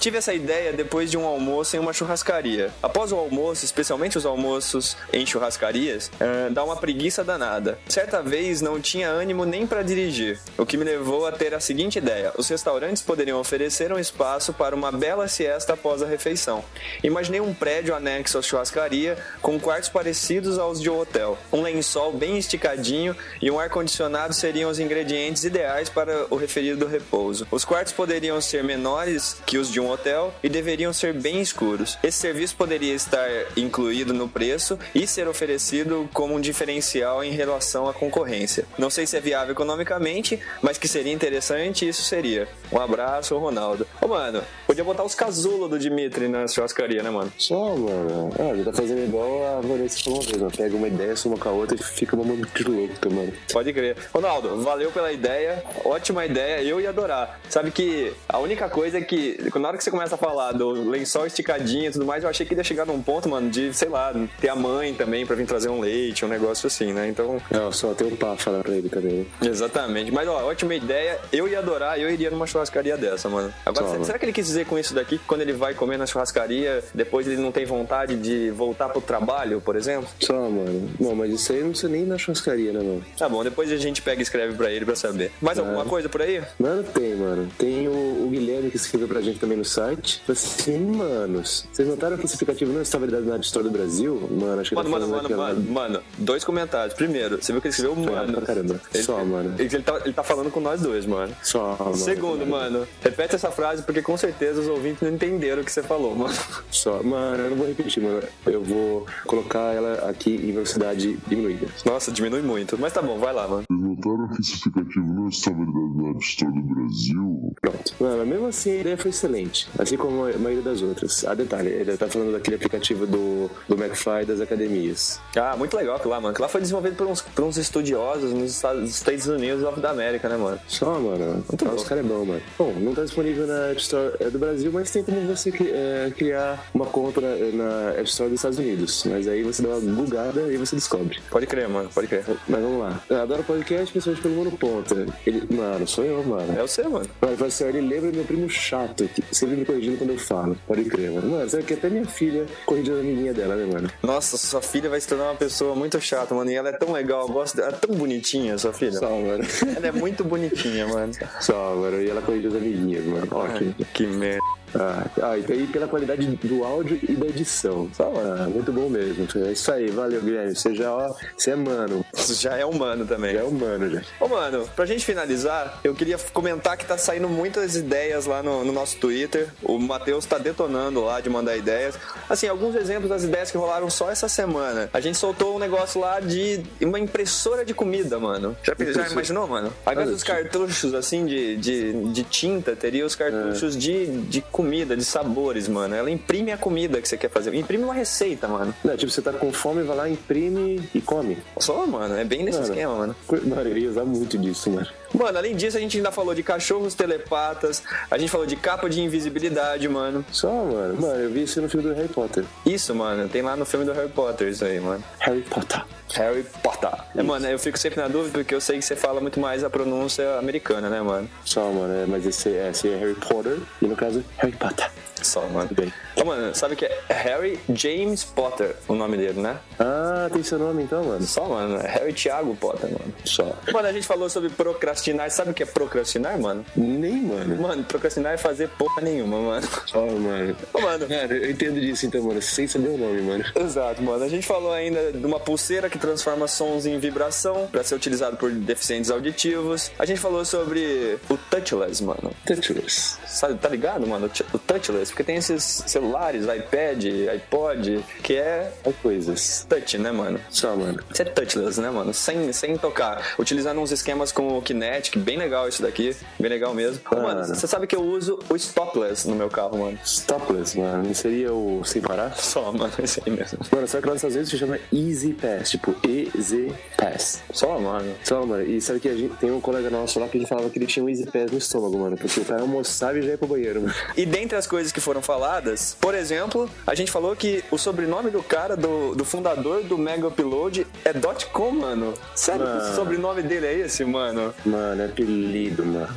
[SPEAKER 7] Tive essa ideia depois de um almoço em uma churrascaria. Após o almoço, especialmente os almoços em churrascarias, eh, dá uma preguiça danada. Certa vez não tinha ânimo nem pra dirigir, o que me levou a ter a seguinte ideia: os restaurantes poderiam oferecer um espaço para uma bela siesta após a refeição. Imaginei um prédio anexo à churrascaria com quartos parecidos aos de um hotel. Um lençol bem esticadinho e um ar-condicionado seriam os ingredientes ideais para o referido repouso. Os quartos poderiam ser menores que os de um hotel e deveriam ser bem escuros. Esse serviço poderia estar incluído no preço e ser oferecido como um diferencial em relação à concorrência. Não sei se é viável economicamente, mas que seria interessante, isso seria. Um abraço, Ronaldo. Ô, mano, podia botar os casulos do Dimitri na churrascaria, né, mano?
[SPEAKER 8] Só, mano. Ah, já tá fazendo igual a Vanessa falou uma vez, mano. Pega uma ideia, soma com a outra e fica uma mão de louca, mano.
[SPEAKER 7] Pode crer. Ronaldo, valeu pela ideia. Ótima ideia, eu ia adorar. Sabe que a única coisa é que, na hora que você começa a falar do lençol esticadinho e tudo mais, eu achei que ia chegar num ponto, mano, de, sei lá, ter a mãe também pra vir trazer um leite, um negócio assim, né? Então,
[SPEAKER 8] Não, só tem um pá falar pra ele também. né?
[SPEAKER 7] exatamente. Mas, ó, ótima ideia. Eu ia adorar, eu iria numa churrascaria dessa, mano. Agora,
[SPEAKER 8] Toma.
[SPEAKER 7] se- será que ele quis dizer com isso daqui que quando ele vai comer na churrascaria, depois ele não tem vontade de voltar pro trabalho, por exemplo?
[SPEAKER 8] Só, mano. Não, mas isso aí não precisa nem ir na churrascaria, né, mano?
[SPEAKER 7] Tá bom, depois a gente pega e escreve pra ele pra saber. Mais alguma coisa por aí?
[SPEAKER 8] Mano, tem, mano. Tem o, o Guilherme que escreveu pra gente também no site. Falou Assim, manos, vocês notaram que esse aplicativo não está verdade na história do Brasil? Mano, acho que
[SPEAKER 7] Mano,
[SPEAKER 8] tá
[SPEAKER 7] mano,
[SPEAKER 8] falando
[SPEAKER 7] mano,
[SPEAKER 8] daquela-
[SPEAKER 7] mano, mano, dois comentários. Primeiro, você viu que ele escreveu um
[SPEAKER 8] Cara,
[SPEAKER 7] mano.
[SPEAKER 8] pra caramba.
[SPEAKER 7] Ele,
[SPEAKER 8] Só, mano. Tá
[SPEAKER 7] Ele, ele tá, ele tá falando com nós dois, mano.
[SPEAKER 8] Só, mano.
[SPEAKER 7] Segundo, mano, repete essa frase porque com certeza os ouvintes não entenderam o que você falou, mano.
[SPEAKER 8] Só. Mano, eu não vou repetir, mano. Eu vou colocar ela aqui em velocidade diminuída.
[SPEAKER 7] Nossa, diminui muito. Mas tá bom, vai lá, mano.
[SPEAKER 9] Vocês notaram que esse aplicativo não está verdade na App Store do Brasil?
[SPEAKER 8] Pronto. Mano, mesmo assim a ideia foi excelente. Assim como a maioria das outras. Ah, detalhe, ele tá falando daquele aplicativo do, do McFly das academias.
[SPEAKER 7] Ah, muito legal aquilo lá, mano. Aquilo lá foi desenvolvido por uns, por uns estudiosos nos Estados, Estados Unidos of- da América, né, mano?
[SPEAKER 8] Só, mano. Ah,
[SPEAKER 7] bom.
[SPEAKER 8] os caras é bom, mano. Bom, não tá disponível na App Store é, do Brasil, mas tem como você cri- é, criar uma conta na, na App Store dos Estados Unidos. Mas aí você dá uma bugada e você descobre. É,
[SPEAKER 7] Pode crer, mano, pode crer.
[SPEAKER 8] Mas vamos lá. Eu adoro podcast, pessoas pelo mundo ponta. Ele, mano, sou eu, mano.
[SPEAKER 7] É o seu, mano.
[SPEAKER 8] Mano, ele fala assim, ó, ele lembra meu primo chato, que sempre me corrigindo quando eu falo. Pode crer, mano. Mano, sabe que até minha filha corrigiu a amiguinha dela, né, mano?
[SPEAKER 7] Nossa, sua filha vai se tornar uma pessoa muito chata, mano. E ela é tão legal, eu gosto dela. Ela é tão bonitinha, sua filha.
[SPEAKER 8] Só, mano.
[SPEAKER 7] Ela é muito bonitinha, mano.
[SPEAKER 8] Só, mano. E ela corrigiu as amiguinhas, mano. Ó, que-
[SPEAKER 7] Que merda.
[SPEAKER 8] Ah, ah, e aí pela qualidade do áudio e da edição. Só, mano. Ah, muito bom mesmo. É isso aí, valeu, Guilherme. Você já, ó, você é mano.
[SPEAKER 7] Isso já é humano também.
[SPEAKER 8] Já é humano, já.
[SPEAKER 7] Ô, mano, pra gente finalizar, eu queria comentar que tá saindo muitas ideias lá no, no nosso Twitter. O Matheus tá detonando lá de mandar ideias. Assim, alguns exemplos das ideias que rolaram só essa semana. A gente soltou um negócio lá de uma impressora de comida, mano. Já, pe- já imaginou, mano? Ao invés dos cartuchos, assim, de, de, de tinta, teria os cartuchos de, de comida, de sabores, mano. Ela imprime a comida que você quer fazer. Imprime uma receita, mano.
[SPEAKER 8] Não, tipo, você tá com fome, vai lá, imprime e come.
[SPEAKER 7] Só, mano. É bem nesse
[SPEAKER 8] Mano.
[SPEAKER 7] esquema, mano.
[SPEAKER 8] Mano, eu ia usar muito disso, mano.
[SPEAKER 7] Mano, além disso, a gente ainda falou de cachorros telepatas, a gente falou de capa de invisibilidade, mano.
[SPEAKER 8] Só, mano. Mano, eu vi isso no filme do Harry Potter.
[SPEAKER 7] Isso, mano, tem lá no filme do Harry Potter isso aí, mano.
[SPEAKER 8] Harry Potter.
[SPEAKER 7] Harry Potter. É, mano, eu fico sempre na dúvida porque eu sei que você fala muito mais a pronúncia americana, né, mano?
[SPEAKER 8] Só, mano. É, mas esse é, esse é Harry Potter e, no caso, Harry Potter.
[SPEAKER 7] Só, mano.
[SPEAKER 8] Tudo bem.
[SPEAKER 7] Ô, mano, sabe que é Harry James Potter o nome dele, né?
[SPEAKER 8] Ah, tem seu nome então, mano?
[SPEAKER 7] Só, mano, é Harry Thiago Potter, mano.
[SPEAKER 8] Só.
[SPEAKER 7] Mano, a gente falou sobre procrastinar. Sabe o que é procrastinar, mano?
[SPEAKER 8] Nem, mano.
[SPEAKER 7] Mano, procrastinar é fazer porra nenhuma, mano.
[SPEAKER 8] Só, mano.
[SPEAKER 7] Ô, mano,
[SPEAKER 8] Cara, eu entendo disso então, mano. Sem saber o nome, mano.
[SPEAKER 7] Exato, mano. A gente falou ainda de uma pulseira que transforma sons em vibração pra ser utilizado por deficientes auditivos. A gente falou sobre o touchless, mano.
[SPEAKER 8] Tetris.
[SPEAKER 7] Sabe, tá ligado, mano? O touchless, porque tem esses celulares, iPad, iPod, que é
[SPEAKER 8] É coisas.
[SPEAKER 7] touch, né, mano?
[SPEAKER 8] Só, mano.
[SPEAKER 7] Isso é touchless, né, mano? Sem, sem tocar. Utilizando uns esquemas com o Kinetic, bem legal isso daqui, bem legal mesmo. Ô, Mano,
[SPEAKER 8] Mano.
[SPEAKER 7] você sabe que eu uso o stopless no meu carro, mano.
[SPEAKER 8] Stopless, mano. Não seria o sem parar?
[SPEAKER 7] Só, mano, isso aí mesmo.
[SPEAKER 8] Mano, só que lá nos Estados Unidos se chama Easy Pass, tipo EZ Pass.
[SPEAKER 7] Só, mano.
[SPEAKER 8] Só, mano, e sabe que a gente tem um colega nosso lá que ele falava que ele tinha um Easy Pass no estômago, mano, porque o cara almoçava e já ia pro banheiro, mano.
[SPEAKER 7] E dentre as coisas que foram faladas, por exemplo, a gente falou que o sobrenome do cara, do, do fundador do Mega Upload, é .com, mano. Sério que o
[SPEAKER 8] Mano.
[SPEAKER 7] sobrenome dele é esse, mano?
[SPEAKER 8] Mano, é apelido, mano.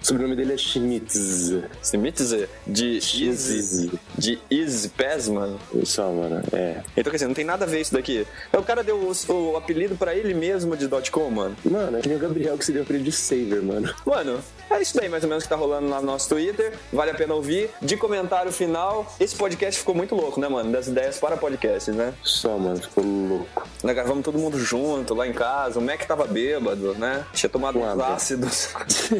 [SPEAKER 8] O sobrenome dele é Schmitz.
[SPEAKER 7] Se me dizer, de Easy, de Easy Pass, mano.
[SPEAKER 8] Só, mano, é.
[SPEAKER 7] Então, quer dizer, não tem nada a ver isso daqui. É, O cara deu o, o apelido pra ele mesmo de .com, mano.
[SPEAKER 8] Mano, é que nem o Gabriel que seria o apelido de Saver, mano.
[SPEAKER 7] Mano, é isso daí mais ou menos que tá rolando lá no nosso Twitter. Vale a pena ouvir. De comentário final, esse podcast ficou muito louco, né, mano? Das ideias para podcasts, né?
[SPEAKER 8] Só, mano, ficou louco.
[SPEAKER 7] Nós gravamos Né, todo mundo junto lá em casa. O Mac tava bêbado, né? Tinha tomado
[SPEAKER 8] Claro.
[SPEAKER 7] uns ácidos.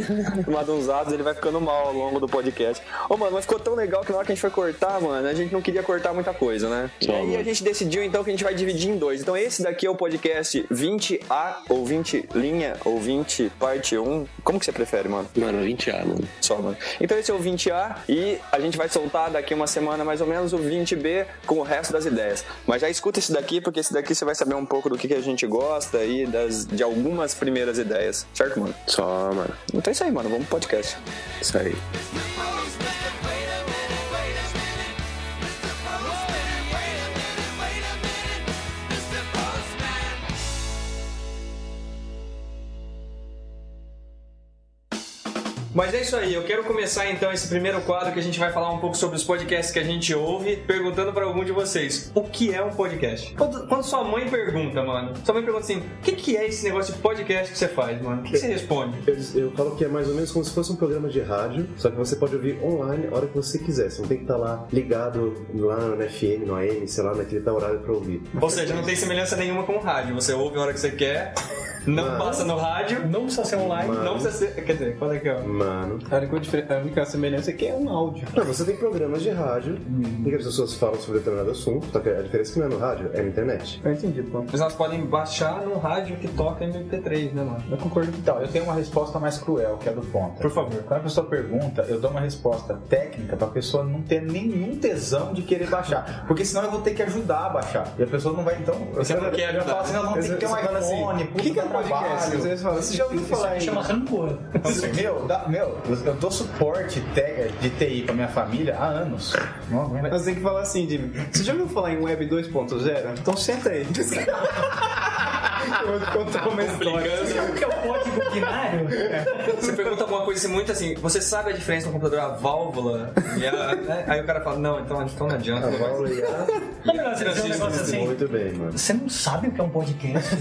[SPEAKER 7] tomado uns ácidos, ele vai ficando mal ao longo do podcast. Ô, mano, mas ficou tão legal que na hora que a gente foi cortar, mano, a gente não queria cortar muita coisa, né? E
[SPEAKER 8] Só,
[SPEAKER 7] aí a
[SPEAKER 8] mano.
[SPEAKER 7] gente decidiu então que a gente vai dividir em dois. Então esse daqui é o podcast 20A ou 20 linha ou 20 parte 1. Como que você prefere, mano?
[SPEAKER 8] Mano, 20A, mano.
[SPEAKER 7] Só, mano. Então esse é o 20A e a gente vai soltar daqui uma semana mais ou menos o 20B com o resto das ideias. Mas já escuta esse daqui, porque esse daqui você vai saber um pouco do que, que a gente gosta e das, de algumas primeiras ideias. Certo, mano?
[SPEAKER 8] Só, mano.
[SPEAKER 7] Então é isso aí, mano. Vamos pro podcast.
[SPEAKER 8] Isso aí.
[SPEAKER 1] Mas é isso aí, eu quero começar então esse primeiro quadro que a gente vai falar um pouco sobre os podcasts que a gente ouve, perguntando pra algum de vocês, o que é um podcast? Quando, quando sua mãe pergunta, mano, sua mãe pergunta assim, o que, que é esse negócio de podcast que você faz, mano? O que, que você responde?
[SPEAKER 2] Eu, eu falo que é mais ou menos como se fosse um programa de rádio, só que você pode ouvir online a hora que você quiser. Você não tem que estar lá ligado lá no FM, no AM, sei lá, naquele tal horário pra ouvir.
[SPEAKER 1] Ou seja, não tem semelhança nenhuma com o rádio, você ouve a hora que você quer, não
[SPEAKER 2] Mano.
[SPEAKER 1] passa no rádio,
[SPEAKER 3] Não precisa ser online.
[SPEAKER 2] Mano.
[SPEAKER 1] não precisa ser... Quer dizer, qual é que é?
[SPEAKER 2] Mano.
[SPEAKER 5] A única, diferença, a única semelhança é que é um áudio.
[SPEAKER 2] Não, você tem programas de rádio em que as pessoas falam sobre determinado assunto, só que a diferença é que não é no rádio, é na internet.
[SPEAKER 5] Eu entendi, pô.
[SPEAKER 1] Mas elas podem baixar num rádio que toca MP3, né, mano?
[SPEAKER 4] Eu concordo. Então, eu tenho uma resposta mais cruel, que é a do ponta.
[SPEAKER 1] Por favor.
[SPEAKER 4] Quando a pessoa pergunta, eu dou uma resposta técnica pra pessoa não ter nenhum tesão de querer baixar. Porque senão eu vou ter que ajudar a baixar. E a pessoa não vai, então.
[SPEAKER 5] é
[SPEAKER 1] Você não quer
[SPEAKER 4] Eu
[SPEAKER 1] ajudar.
[SPEAKER 4] falo assim, não, não tem que ter um
[SPEAKER 5] Você fala assim,
[SPEAKER 4] iPhone, puta
[SPEAKER 5] "O que que é
[SPEAKER 4] trabalho."
[SPEAKER 5] podcast? Às vezes fala, assim,
[SPEAKER 4] Você já ouviu falar em.
[SPEAKER 3] Chama rancor.
[SPEAKER 4] Meu, dá- meu, eu dou suporte te- de TI pra minha família há anos. Não aguento.
[SPEAKER 5] Mas tem que falar assim, Jimmy. Você já ouviu falar em Web 2.0? Então senta aí. Eu vou te contar uma história.
[SPEAKER 3] O que é o código binário?
[SPEAKER 1] Você pergunta alguma coisa assim, muito assim, você sabe a diferença no computador, a válvula? E a- né? Aí o cara fala, não, então, então não adianta.
[SPEAKER 2] A válvula e a...
[SPEAKER 3] Tá Não é melhor você dizer um negócio assim.
[SPEAKER 2] Muito bem, mano.
[SPEAKER 3] Você não sabe o que é um podcast?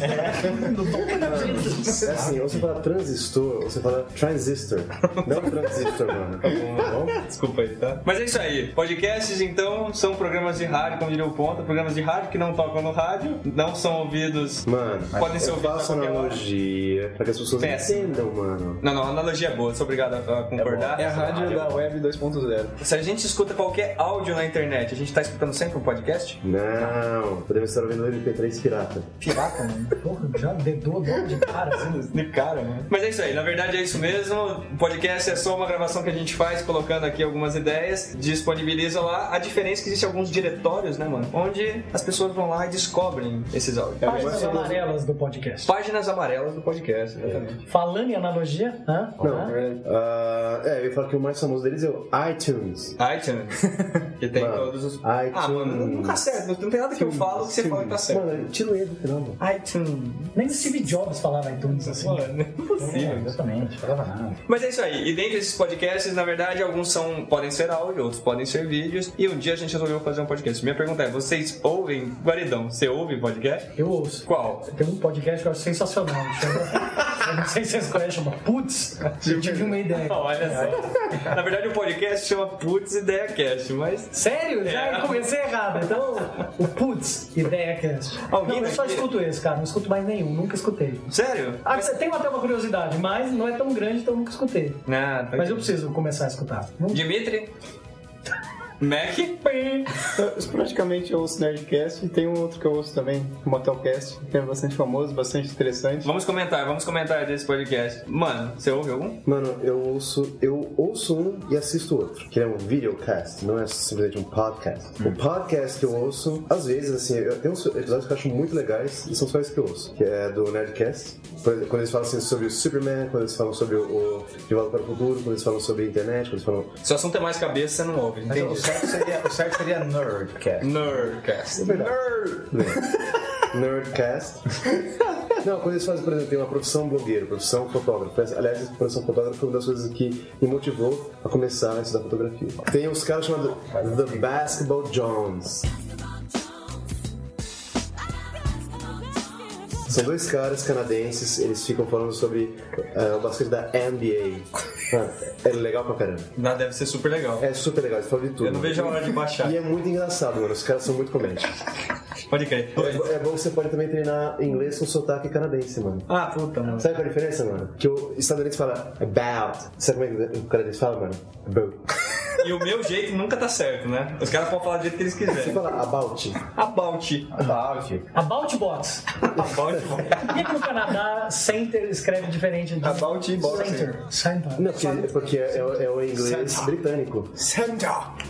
[SPEAKER 3] Não tô
[SPEAKER 2] É assim, ou você fala transistor, ou você fala transistor. Não transistor, mano. Tá bom, tá bom?
[SPEAKER 1] Desculpa aí, tá? Mas é isso aí. Podcasts, então, são programas de rádio, como diria o Ponta, programas de rádio que não tocam no rádio, não são ouvidos.
[SPEAKER 2] Mano,
[SPEAKER 1] Podem ser
[SPEAKER 2] eu
[SPEAKER 1] ouvidos a
[SPEAKER 2] faço
[SPEAKER 1] qualquer hora.
[SPEAKER 2] analogia pra que as pessoas
[SPEAKER 1] Péssimo.
[SPEAKER 2] entendam, mano.
[SPEAKER 1] Não, não, a analogia é boa, sou obrigado a a concordar.
[SPEAKER 5] É a rádio da Web 2.0.
[SPEAKER 1] Se a gente escuta qualquer áudio na internet, a gente tá escutando sempre um podcast?
[SPEAKER 2] Não, podemos estar ouvindo o MP3 pirata. né?
[SPEAKER 3] Pirata, mano. Porra, já dedou logo de cara, assim.
[SPEAKER 1] De cara, né? Mas é isso aí, na verdade é isso mesmo. O podcast é só uma gravação que a gente faz, colocando aqui algumas ideias, disponibiliza lá. A diferença é que existe alguns diretórios, né, mano? Onde as pessoas vão lá e descobrem esses áudios.
[SPEAKER 3] Páginas amarelas do podcast.
[SPEAKER 1] Páginas amarelas do podcast, exatamente.
[SPEAKER 3] Falando em analogia, hã?
[SPEAKER 2] Não, ah, é, eu ia falar que o mais famoso deles é o iTunes.
[SPEAKER 1] iTunes. Que tem
[SPEAKER 2] Mano,
[SPEAKER 1] todos os.
[SPEAKER 2] iTunes.
[SPEAKER 1] Ah, mano, nunca acerta. Não tem nada que eu falo que você fala que tá certo.
[SPEAKER 2] Mano, tira o E do final, mano.
[SPEAKER 1] iTunes.
[SPEAKER 3] Nem o Steve Jobs falava iTunes assim.
[SPEAKER 4] É, exatamente, falava nada.
[SPEAKER 1] Mas é isso aí. E dentro desses podcasts, na verdade, alguns são podem ser áudio, outros podem ser vídeos. E um dia a gente resolveu fazer um podcast. Minha pergunta é: vocês ouvem? Guaridão, você ouve podcast?
[SPEAKER 3] Eu ouço.
[SPEAKER 1] Qual?
[SPEAKER 3] Tem um podcast que eu acho sensacional. chama- Eu não sei se vocês conhecem, chama Putz. Eu tive uma ideia.
[SPEAKER 1] Tipo Olha só. na verdade, o podcast chama Putz Ideia Cast, mas.
[SPEAKER 3] Sério? Já
[SPEAKER 1] É.
[SPEAKER 3] comecei errado. Então, o Putz, ideia que é. Não,
[SPEAKER 1] Alguém
[SPEAKER 3] eu só
[SPEAKER 1] daqui-
[SPEAKER 3] escuto esse, cara. Não escuto mais nenhum. Nunca escutei.
[SPEAKER 1] Sério?
[SPEAKER 3] Ah, você tem até uma curiosidade, mas não é tão grande, então eu nunca escutei.
[SPEAKER 1] Não, tá-
[SPEAKER 3] Mas eu preciso começar a escutar. Não
[SPEAKER 1] Dimitri? Mac?
[SPEAKER 5] Eu- Então, eu praticamente eu ouço Nerdcast e tem um outro que eu ouço também, o Motelcast, que é bastante famoso, bastante interessante.
[SPEAKER 1] Vamos comentar, vamos comentar desse podcast. Mano, você ouve algum?
[SPEAKER 2] Mano, eu ouço, eu ouço um e assisto outro, que é um videocast, não é simplesmente um podcast. O podcast que eu ouço, às vezes, assim, eu tenho uns episódios que eu acho muito legais e são só esses que eu ouço, que é do Nerdcast. Por exemplo, Quando eles falam assim, sobre o Superman, quando eles falam sobre o De Volta para o Futuro, quando eles falam sobre a internet, quando eles falam.
[SPEAKER 1] Se o assunto é mais cabeça, você não ouve,
[SPEAKER 4] Mas o
[SPEAKER 1] entende?
[SPEAKER 4] certo seria, o certo seria Nerdcast.
[SPEAKER 1] Nerdcast. Nerd.
[SPEAKER 2] Nerdcast. Não, quando eles fazem, por exemplo, tem uma profissão blogueiro, profissão fotógrafo. Essa- Aliás, a profissão fotógrafo foi uma das coisas que me motivou a começar a estudar fotografia. Tem uns caras chamados The Basketball Jones. eh, São dois caras canadenses, eles ficam falando sobre ah, o basquete da NBA. Mano, é legal pra caramba.
[SPEAKER 1] Não, deve ser super legal.
[SPEAKER 2] É super legal, eles falam de tudo.
[SPEAKER 1] Eu não vejo a hora de baixar.
[SPEAKER 2] E é muito engraçado, mano. Os caras são muito comédia.
[SPEAKER 1] Pode crer.
[SPEAKER 2] É, bo- é bom que você pode também treinar inglês com sotaque canadense, mano.
[SPEAKER 3] Ah, puta, mano.
[SPEAKER 2] Sabe qual é a diferença, mano? Que o estadunidense fala about. Sabe como é que o canadense fala, mano? About.
[SPEAKER 1] E o meu jeito nunca tá certo, né? Os caras podem falar do jeito que eles
[SPEAKER 2] Você
[SPEAKER 1] quiserem.
[SPEAKER 2] fala about.
[SPEAKER 1] About.
[SPEAKER 4] Balde.
[SPEAKER 3] About Box.
[SPEAKER 1] About.
[SPEAKER 3] Por que, que no Canadá Center escreve diferente de
[SPEAKER 1] About e box. é.
[SPEAKER 3] Center? Center.
[SPEAKER 2] Não, porque, porque é, é o- é o inglês britânico.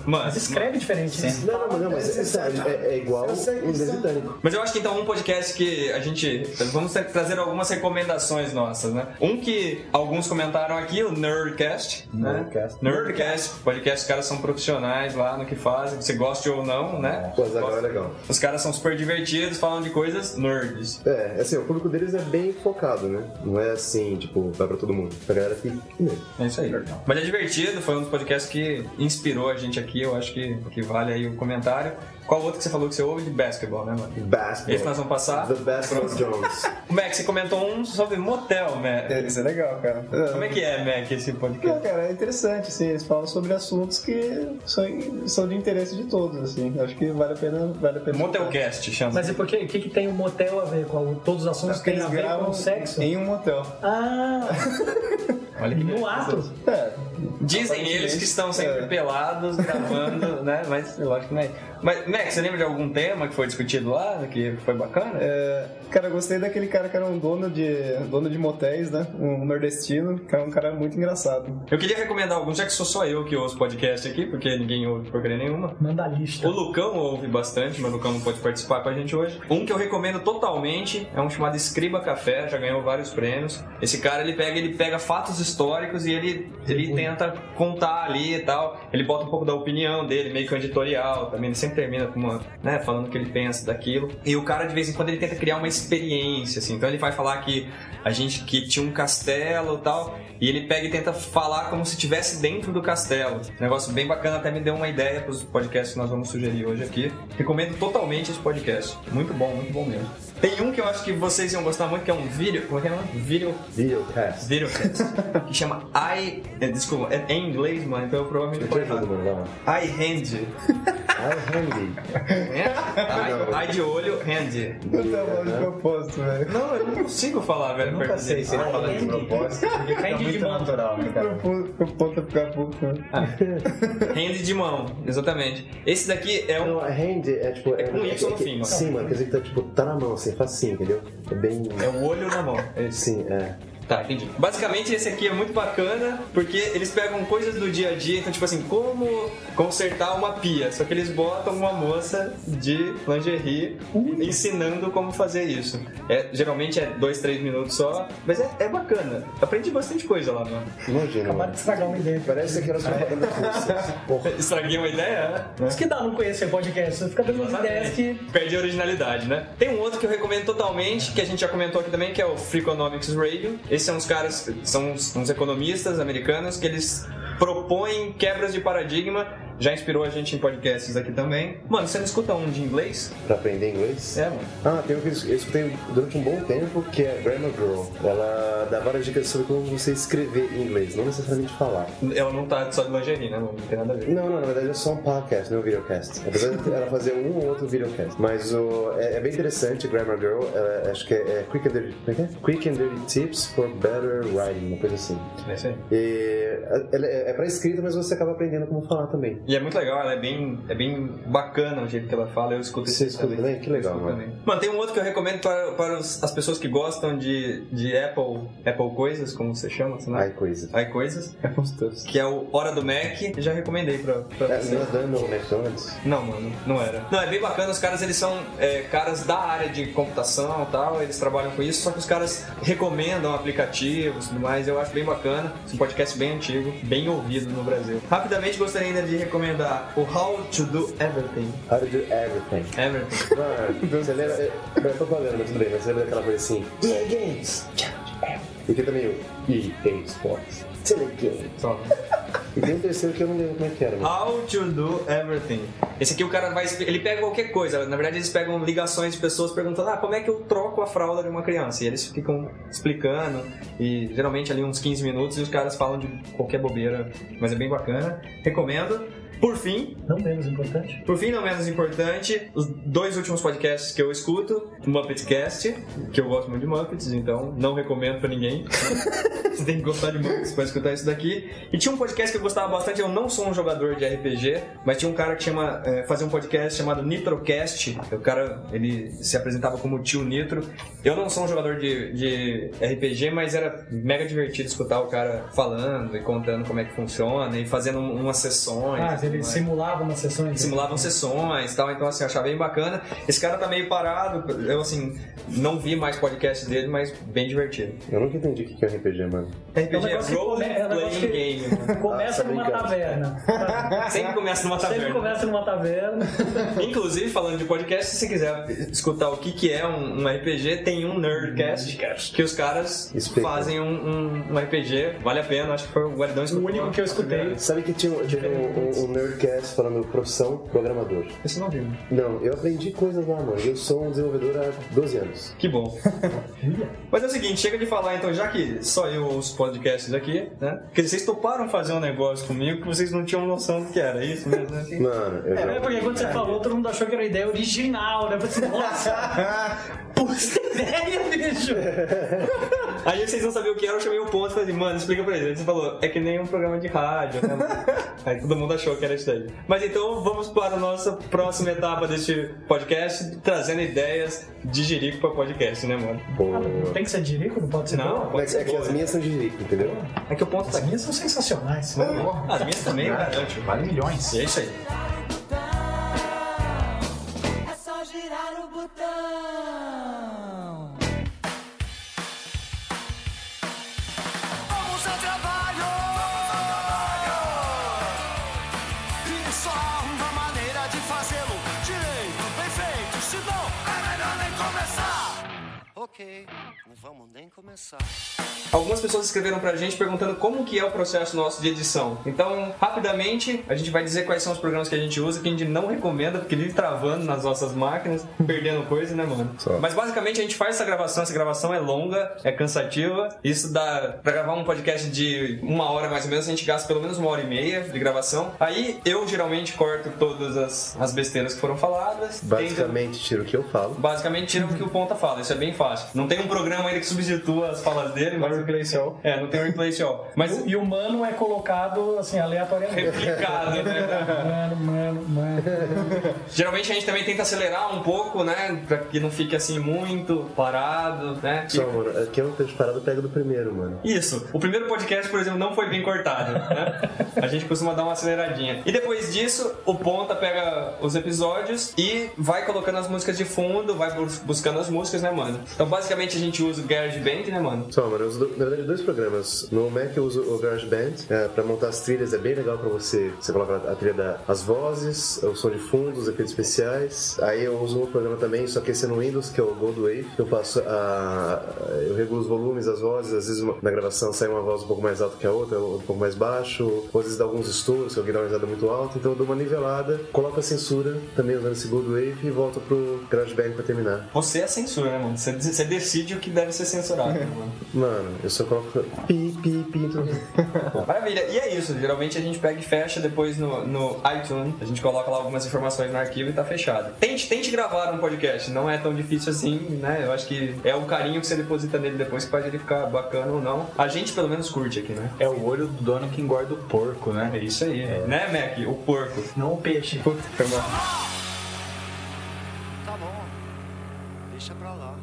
[SPEAKER 1] Mano,
[SPEAKER 3] Escreve diferente, né?
[SPEAKER 2] Não, não, não, mas é, sério, é, é igual o inglês britânico.
[SPEAKER 1] Mas eu acho que então um podcast que a gente. Vamos tra- trazer algumas recomendações nossas, né? Um que alguns comentaram aqui, o Nerdcast. né?
[SPEAKER 4] Nerdcast.
[SPEAKER 1] Nerdcast, podcast, os caras são profissionais lá no que fazem, você goste ou não, né?
[SPEAKER 2] Pô, Zagal é legal.
[SPEAKER 1] Os caras são super divertidos, falam de coisas nerds.
[SPEAKER 2] É, assim, o público deles é bem focado, né? Não é assim, tipo, vai pra todo mundo. Pra galera que. né?
[SPEAKER 1] É isso aí. Mas é divertido, foi um dos podcasts que inspirou a gente aqui, eu acho que, que vale aí o comentário. Qual outro que você falou que você ouve de basketball, né, mano?
[SPEAKER 2] Basketball.
[SPEAKER 1] Esse nós vamos passar.
[SPEAKER 2] The Basketball Jones.
[SPEAKER 1] Mac, você comentou um sobre motel, Mac.
[SPEAKER 5] É, Isso é legal, cara.
[SPEAKER 1] Como é que é, Mac, esse podcast?
[SPEAKER 5] Não, cara, é interessante, assim, eles falam sobre assuntos que são, são de interesse de todos, assim. Acho que vale a pena. Vale a pena
[SPEAKER 1] Motelcast chama.
[SPEAKER 3] Mas e por que, o que, que tem o motel a ver com a- todos os
[SPEAKER 1] Tá,
[SPEAKER 3] assuntos
[SPEAKER 5] Porque
[SPEAKER 3] têm
[SPEAKER 5] eles
[SPEAKER 3] a ver com
[SPEAKER 5] gravam
[SPEAKER 3] o sexo?
[SPEAKER 5] em um motel.
[SPEAKER 3] Ah,
[SPEAKER 1] Olha que
[SPEAKER 3] no ato.
[SPEAKER 5] É,
[SPEAKER 1] Dizem eles que estão sempre
[SPEAKER 5] É.
[SPEAKER 1] pelados, gravando, né? Mas eu acho que não é. Mas, Max, você lembra de algum tema que foi discutido lá, que foi bacana?
[SPEAKER 5] É, cara, eu gostei daquele cara que era um dono de, dono de motéis, né? Um nordestino, que era um cara muito engraçado.
[SPEAKER 1] Eu queria recomendar alguns, já que sou só eu que ouço podcast aqui, porque ninguém ouve porcaria nenhuma.
[SPEAKER 3] Manda a
[SPEAKER 1] O
[SPEAKER 3] lista.
[SPEAKER 1] Lucão ouve bastante, mas o Lucão não pode participar com a gente hoje. Um que eu recomendo totalmente é um chamado Escriba Café, já ganhou vários prêmios. Esse cara ele pega, ele pega fatos históricos e ele, ele tenta contar ali e tal. Ele bota um pouco da opinião dele, meio que um editorial também. Ele sempre termina com uma, né, falando o que ele pensa daquilo. E o cara de vez em quando ele tenta criar uma experiência, assim. Então ele vai falar que a gente que tinha um castelo e tal, e ele pega e tenta falar como se estivesse dentro do castelo. Negócio bem bacana, até me deu uma ideia para os podcasts que nós vamos sugerir hoje aqui. Recomendo totalmente esse podcast. Muito bom, muito bom mesmo. Tem um que eu acho que vocês iam gostar muito, que é um vídeo. Como é que é o nome? Vídeo.
[SPEAKER 2] Videocast.
[SPEAKER 1] Videocast. que chama I. é, Desculpa, é em inglês, mano, então eu provavelmente
[SPEAKER 2] Eu te
[SPEAKER 1] vou
[SPEAKER 2] ajudo,
[SPEAKER 1] errar.
[SPEAKER 2] mano. Vai lá.
[SPEAKER 1] I Hand. É?
[SPEAKER 2] Ai, Randy.
[SPEAKER 1] I, I de olho, Hand.
[SPEAKER 5] Eu tava falando de propósito, velho.
[SPEAKER 1] Não, eu não consigo falar, velho.
[SPEAKER 4] Nunca
[SPEAKER 1] perto
[SPEAKER 4] sei
[SPEAKER 1] dele.
[SPEAKER 4] se ele fala de propósito, porque fica
[SPEAKER 3] Rende de
[SPEAKER 4] muito
[SPEAKER 3] mão.
[SPEAKER 4] natural, né, cara?
[SPEAKER 5] Pro- Pro ponto ficar puto, né?
[SPEAKER 1] Hand de mão, exatamente. Esse daqui é um.
[SPEAKER 2] Não, hand é tipo.
[SPEAKER 1] É com Y no fim, mano.
[SPEAKER 2] Sim, mano, quer dizer que tá, tipo, tá na mão, assim, faz assim, entendeu? É bem.
[SPEAKER 1] É um o olho na mão.
[SPEAKER 2] Sim, é.
[SPEAKER 1] Tá, entendi. Basicamente, esse aqui é muito bacana porque eles pegam coisas do dia a dia, então, tipo assim, como consertar uma pia. Só que eles botam uma moça de lingerie ensinando como fazer isso. É, geralmente é dois, três minutos só, mas é, é bacana. Aprendi bastante coisa lá, mano.
[SPEAKER 2] Imagina,
[SPEAKER 3] Para de
[SPEAKER 2] mano.
[SPEAKER 3] estragar uma ideia.
[SPEAKER 2] Parece aquelas propagandas russas. Porra.
[SPEAKER 1] Estraguei uma ideia, né?
[SPEAKER 3] Isso que dá não conhecer podcast. Você fica dando umas ideias que.
[SPEAKER 1] Perde a originalidade, né? Tem um outro que eu recomendo totalmente, que a gente já comentou aqui também, que é o Freakonomics Radio. Esses são os caras, são uns, uns economistas americanos que eles propõem quebras de paradigma. Já inspirou a gente em podcasts aqui também. Mano, você não escuta um de inglês?
[SPEAKER 2] Pra aprender inglês?
[SPEAKER 1] É, mano.
[SPEAKER 2] Ah, tem um que eu escutei durante um bom tempo, que é Grammar Girl. Ela dá várias dicas sobre como você escrever em inglês, não necessariamente falar.
[SPEAKER 1] Ela não tá só de lingerie, né? mano? Não tem nada a ver.
[SPEAKER 2] Não, não, na verdade é só um podcast, não um videocast. Apesar de ela fazer um ou outro videocast. Mas o, é, é bem interessante, Grammar Girl, ela- acho que é, é Quick, and Dirty, como é que é? Quick and Dirty Tips for Better Writing, uma coisa assim.
[SPEAKER 1] É isso aí.
[SPEAKER 2] E ela é, é pra escrita, mas você acaba aprendendo como falar também.
[SPEAKER 1] E é muito legal, ela é bem, é bem bacana o jeito que ela fala. Eu escuto
[SPEAKER 2] Você
[SPEAKER 1] esse
[SPEAKER 2] escuta também? Que legal,
[SPEAKER 1] Escuto
[SPEAKER 2] mano.
[SPEAKER 1] também. Mano, tem um outro que eu recomendo para, para os- as pessoas que gostam de, de Apple, Apple coisas, como você chama, assim, né?
[SPEAKER 2] Ai, coisa.
[SPEAKER 1] Aí coisas,
[SPEAKER 5] É gostoso.
[SPEAKER 1] que é o Hora do Mac, eu já recomendei pra, pra
[SPEAKER 2] É, não
[SPEAKER 1] você.
[SPEAKER 2] é dando McDonald's?
[SPEAKER 1] Não, mano, não era. Não, é bem bacana, os caras eles são é, caras da área de computação e tal, eles trabalham com isso, só que os caras recomendam aplicativos e tudo mais, eu acho bem bacana. Esse podcast bem antigo, bem ouvido no Brasil. Rapidamente gostaria ainda de recomendar o How to Do Everything.
[SPEAKER 2] How to do everything.
[SPEAKER 1] Everything.
[SPEAKER 2] Mano, você lembra. é, Não é propaganda, mas tudo bem, mas você lembra daquela coisa assim? EA Games! Challenge Everything. E tem também o EA Sports. Telegames.
[SPEAKER 1] Só.
[SPEAKER 2] E tem um terceiro que eu não lembro como é que era. mano.
[SPEAKER 1] How to do everything. Esse aqui o cara vai. Ele pega qualquer coisa. Na verdade, eles pegam ligações de pessoas perguntando: ah, como é que eu troco a fralda de uma criança? E eles ficam explicando. E geralmente ali uns 15 minutos e os caras falam de qualquer bobeira. Mas é bem bacana. Recomendo. Por fim,
[SPEAKER 3] Não menos importante.
[SPEAKER 1] por fim, não menos importante, os dois últimos podcasts que eu escuto, o Muppetcast, que eu gosto muito de Muppets, então não recomendo pra ninguém. Você tem que gostar de Muppets pra escutar isso daqui. E tinha um podcast que eu gostava bastante, eu não sou um jogador de RPG, mas tinha um cara que chama, eh, fazia um podcast chamado Nitrocast. O cara, ele se apresentava como o tio Nitro. Eu não sou um jogador de, de RPG, mas era mega divertido escutar o cara falando e contando como é que funciona e fazendo um- umas sessões.
[SPEAKER 3] Ah,
[SPEAKER 1] e tudo
[SPEAKER 3] ele
[SPEAKER 1] mais
[SPEAKER 3] simulava umas sessões.
[SPEAKER 1] simulavam sessões e tal, então assim, eu achava bem bacana. Esse cara tá meio parado, eu assim, não vi mais podcast dele, mas bem divertido.
[SPEAKER 2] Eu nunca entendi o que que é RPG, mano.
[SPEAKER 1] RPG
[SPEAKER 3] um
[SPEAKER 1] é,
[SPEAKER 3] negócio que
[SPEAKER 1] role
[SPEAKER 3] come- é um negócio
[SPEAKER 1] playing game.
[SPEAKER 3] que- Começa
[SPEAKER 2] Ah, tá
[SPEAKER 3] numa
[SPEAKER 2] brincando.
[SPEAKER 3] taverna.
[SPEAKER 1] Sempre começa numa
[SPEAKER 3] Sempre
[SPEAKER 1] taverna.
[SPEAKER 3] começa numa taverna.
[SPEAKER 1] Inclusive, falando de podcast, se você quiser escutar o que, que é um, um RPG, tem um Nerdcast,
[SPEAKER 3] Hum,
[SPEAKER 1] que os caras
[SPEAKER 2] Explica.
[SPEAKER 1] fazem um, um- um RPG. Vale a pena, acho que foi o Guaridão
[SPEAKER 3] O único que eu escutei.
[SPEAKER 2] Sabe que tinha, um- teve um, um, um Nerdcast falando profissão programador.
[SPEAKER 1] Esse não viu.
[SPEAKER 2] Não, eu aprendi coisas lá, mano. Eu sou um desenvolvedor há 12 anos.
[SPEAKER 1] Que bom. Mas é o seguinte, chega de falar então, já que só eu ouço podcasts aqui, né? Porque vocês toparam fazer um negócio comigo que vocês não tinham noção do que era isso mesmo. né?
[SPEAKER 2] Mano, eu
[SPEAKER 3] É,
[SPEAKER 2] já...
[SPEAKER 3] porque quando você falou, todo mundo achou que era ideia original, né? Eu falei assim, nossa, puta ideia, bicho!
[SPEAKER 1] Aí vocês não sabiam o que era, eu chamei o ponto e falei, assim, mano, explica pra eles. Aí você falou, é que nem um programa de rádio, né? Aí todo mundo achou que era isso daí. Mas então vamos para a nossa próxima etapa deste podcast, trazendo ideias de jirico pra podcast, né, mano?
[SPEAKER 2] Pô.
[SPEAKER 3] Tem que ser dirico, Ah, não pode ser
[SPEAKER 1] Não,
[SPEAKER 3] boa?
[SPEAKER 1] pode
[SPEAKER 2] É
[SPEAKER 1] ser
[SPEAKER 2] que as
[SPEAKER 1] boa.
[SPEAKER 2] minhas são de jeito, entendeu?
[SPEAKER 1] É que o ponto tá
[SPEAKER 3] As
[SPEAKER 1] aqui. Tá.
[SPEAKER 3] minhas são sensacionais.
[SPEAKER 1] As minhas também, eu garanto.
[SPEAKER 4] Vale milhões.
[SPEAKER 1] E é isso aí.
[SPEAKER 6] É só girar o botão. Vamos ao trabalho. E só há uma maneira de fazê-lo direito, bem feito. Se não, é melhor nem começar. Ok, não vamos nem começar.
[SPEAKER 1] Algumas pessoas escreveram pra gente perguntando como que é o processo nosso de edição. Então, rapidamente, a gente vai dizer quais são os programas que a gente usa, que a gente não recomenda, porque vive travando nas nossas máquinas, perdendo coisa, né, mano? Mas basicamente a gente faz essa gravação, essa gravação é longa, é cansativa. Isso dá pra gravar um podcast de uma hora mais ou menos, a gente gasta pelo menos uma hora e meia de gravação. Aí eu geralmente corto todas as, as besteiras que foram faladas. tento-
[SPEAKER 2] Basicamente, tiro o que eu falo.
[SPEAKER 1] Basicamente tira o que o Ponta fala, isso é bem fácil. Não tem um programa ainda que substitua as falas dele, mas. É, não tem o replay show. Mas
[SPEAKER 3] E o mano é colocado, assim, aleatoriamente.
[SPEAKER 1] replicado, né?
[SPEAKER 3] Mano, mano, mano.
[SPEAKER 1] Geralmente a gente também tenta acelerar um pouco, né? Pra que não fique assim muito parado, né?
[SPEAKER 2] Só, mano, aqui é um peixe parado, pega do primeiro, mano.
[SPEAKER 1] Isso. O primeiro podcast, por exemplo, não foi bem cortado, né? A gente costuma dar uma aceleradinha. E depois disso, o Ponta pega os episódios e vai colocando as músicas de fundo, vai bus- buscando as músicas, né, mano? Então, basicamente, a gente usa o GarageBand, né, mano?
[SPEAKER 2] Só, mano, eu uso, do- na verdade, dois programas. No Mac eu uso o GarageBand é, pra montar as trilhas, é bem legal pra você. Você coloca a trilha das vozes, o som de fundo, os efeitos especiais. Aí eu uso um outro programa também, só que esse é no Windows, que é o Goldwave. Eu faço a. Eu regulo os volumes, as vozes, às vezes uma- na gravação sai uma voz um pouco mais alta que a outra, um pouco mais baixo, ou às vezes dá alguns estouros, se alguém dá uma risada muito alta, então eu dou uma nivelada, coloco a censura também usando esse Goldwave e volto pro GarageBand pra terminar.
[SPEAKER 1] Você é censura, né, mano? Você, você decide o que deve ser censurado, né, mano?
[SPEAKER 2] Mano, eu só coloco pi, pi, pi, tudo.
[SPEAKER 1] Maravilha. E é isso. Geralmente a gente pega e fecha depois no, no iTunes. A gente coloca lá algumas informações no arquivo e tá fechado. Tente, tente gravar um podcast. Não é tão difícil assim, né? Eu acho que é o carinho que você deposita nele depois que faz ele ficar bacana ou não. A gente pelo menos curte aqui, né?
[SPEAKER 4] É o olho do dono que engorda o porco, né?
[SPEAKER 1] É isso aí. Né, Mac? O porco.
[SPEAKER 3] Não o peixe.
[SPEAKER 6] Tá bom, deixa pra lá.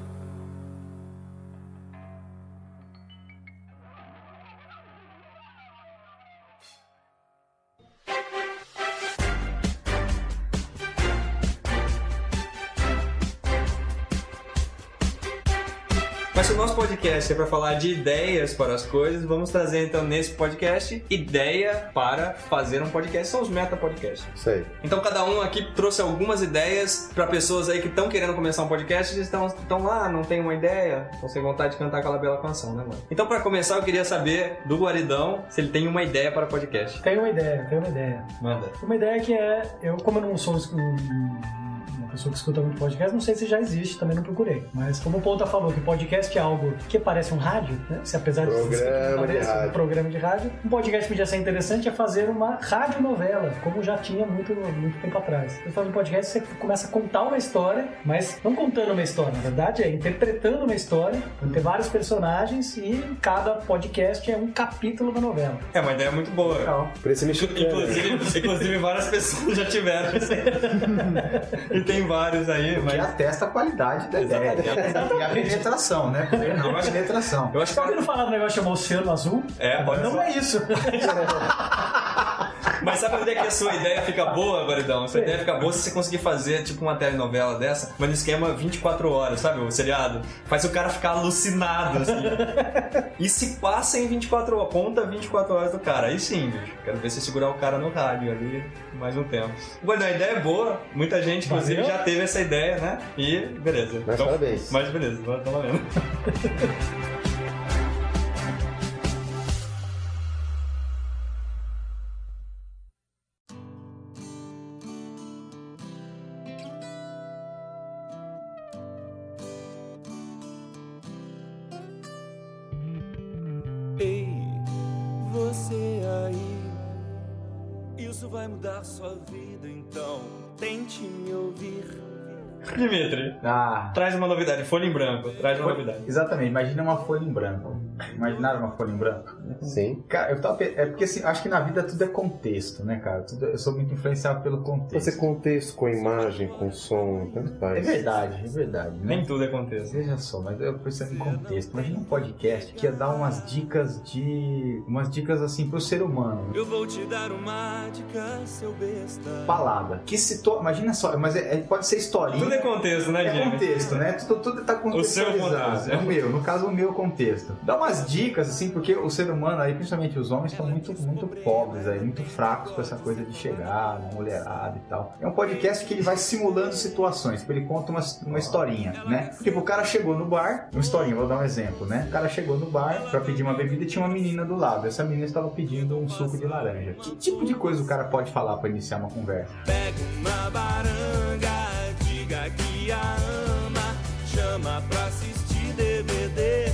[SPEAKER 1] Mas se o nosso podcast é pra falar de ideias para as coisas, vamos trazer então nesse podcast ideia para fazer um podcast, são os meta-podcasts.
[SPEAKER 2] Isso aí.
[SPEAKER 1] Então cada um aqui trouxe algumas ideias pra pessoas aí que estão querendo começar um podcast e estão, estão lá, não tem uma ideia, estão sem vontade de cantar aquela bela canção, né, mano? Então pra começar eu queria saber do Guaridão se ele tem uma ideia para podcast.
[SPEAKER 3] Tem uma ideia, tem uma ideia.
[SPEAKER 1] Manda.
[SPEAKER 3] Uma ideia que é, eu como eu não sou um- um- uma pessoa que escuta muito podcast, não sei se já existe, também não procurei. Mas como o Ponta falou que podcast é algo que parece um rádio, né? Se apesar de
[SPEAKER 2] Programa
[SPEAKER 3] ser
[SPEAKER 2] de
[SPEAKER 3] parece um
[SPEAKER 2] rádio.
[SPEAKER 3] programa de rádio, um podcast podia ser interessante é fazer uma radionovela, como já tinha muito, muito tempo atrás. Você faz um podcast, você começa a contar uma história, mas não contando uma história, na verdade é interpretando uma história, vão ter vários personagens e cada podcast é um capítulo da novela.
[SPEAKER 1] É uma ideia muito boa.
[SPEAKER 2] Preço
[SPEAKER 1] É.
[SPEAKER 2] mexicano.
[SPEAKER 1] Inclusive, inclusive várias pessoas já tiveram isso. E tem vários aí,
[SPEAKER 4] Que
[SPEAKER 1] mas.
[SPEAKER 4] atesta a qualidade da ideia. E a penetração, né? Não, a penetração.
[SPEAKER 1] Eu acho
[SPEAKER 3] Tá ouvindo
[SPEAKER 1] que.
[SPEAKER 3] falar do negócio chamado Oceano Azul?
[SPEAKER 1] É, pode
[SPEAKER 3] Não
[SPEAKER 1] ser.
[SPEAKER 3] é isso.
[SPEAKER 1] Mas sabe onde é que a sua ideia fica boa, Guaridão? Sua ideia fica boa se você conseguir fazer tipo uma telenovela dessa, mas no esquema 24 horas, sabe? O seriado. Faz o cara ficar alucinado, assim. E se passa em 24 horas, conta 24 horas do cara. Aí sim, bicho. Quero ver você segurar o cara no rádio ali mais um tempo. Guaridão, a ideia é boa. Muita gente, inclusive,
[SPEAKER 3] Valeu.
[SPEAKER 1] já teve essa ideia, né? E beleza.
[SPEAKER 2] Mas parabéns.
[SPEAKER 1] Mas beleza, nós estamos vendo.
[SPEAKER 6] Ei, você aí. Isso vai mudar sua vida, então tente me ouvir.
[SPEAKER 1] Dimitri,
[SPEAKER 4] Ah,
[SPEAKER 1] traz uma novidade. Folha em branco, traz uma novidade.
[SPEAKER 4] exatamente. Imagina uma folha em branco. Imaginaram uma folha em branco?
[SPEAKER 2] Sim.
[SPEAKER 4] Cara, eu tava. pe- É porque assim, acho que na vida tudo é contexto, né, cara? Tudo- eu sou muito influenciado pelo contexto.
[SPEAKER 2] Você com texto, com imagem, com som, tanto
[SPEAKER 4] É
[SPEAKER 2] faz.
[SPEAKER 4] verdade, é verdade. né?
[SPEAKER 1] Nem tudo acontece.
[SPEAKER 4] Veja só, mas eu preciso em contexto. Imagina um podcast que ia dar umas dicas de. umas dicas assim pro ser humano.
[SPEAKER 6] Eu vou te dar uma dica, seu besta.
[SPEAKER 4] Balada. Que situa... Imagina só, mas é- é- pode ser historinha.
[SPEAKER 1] Tudo é contexto, né,
[SPEAKER 4] É
[SPEAKER 1] Jimmy?
[SPEAKER 4] contexto, né? Tudo, tudo tá
[SPEAKER 1] O seu
[SPEAKER 4] contextualizado. É
[SPEAKER 1] contexto.
[SPEAKER 4] o meu, no caso, o meu contexto. Dá umas dicas, assim, porque o ser humano aí, principalmente os homens, estão muito, muito pobres aí, muito fracos com essa coisa de chegar, na mulherada e tal. É um podcast que ele vai simulando situações, tipo, ele conta uma, uma historinha, né? Tipo, o cara chegou no bar, uma historinha, vou dar um exemplo, né? O cara chegou no bar pra pedir uma bebida e tinha uma menina do lado. Essa menina estava pedindo um suco de laranja. Que tipo de coisa o cara pode falar pra iniciar uma conversa?
[SPEAKER 6] Pega uma baranga, diga que a ama, chama pra assistir DVD.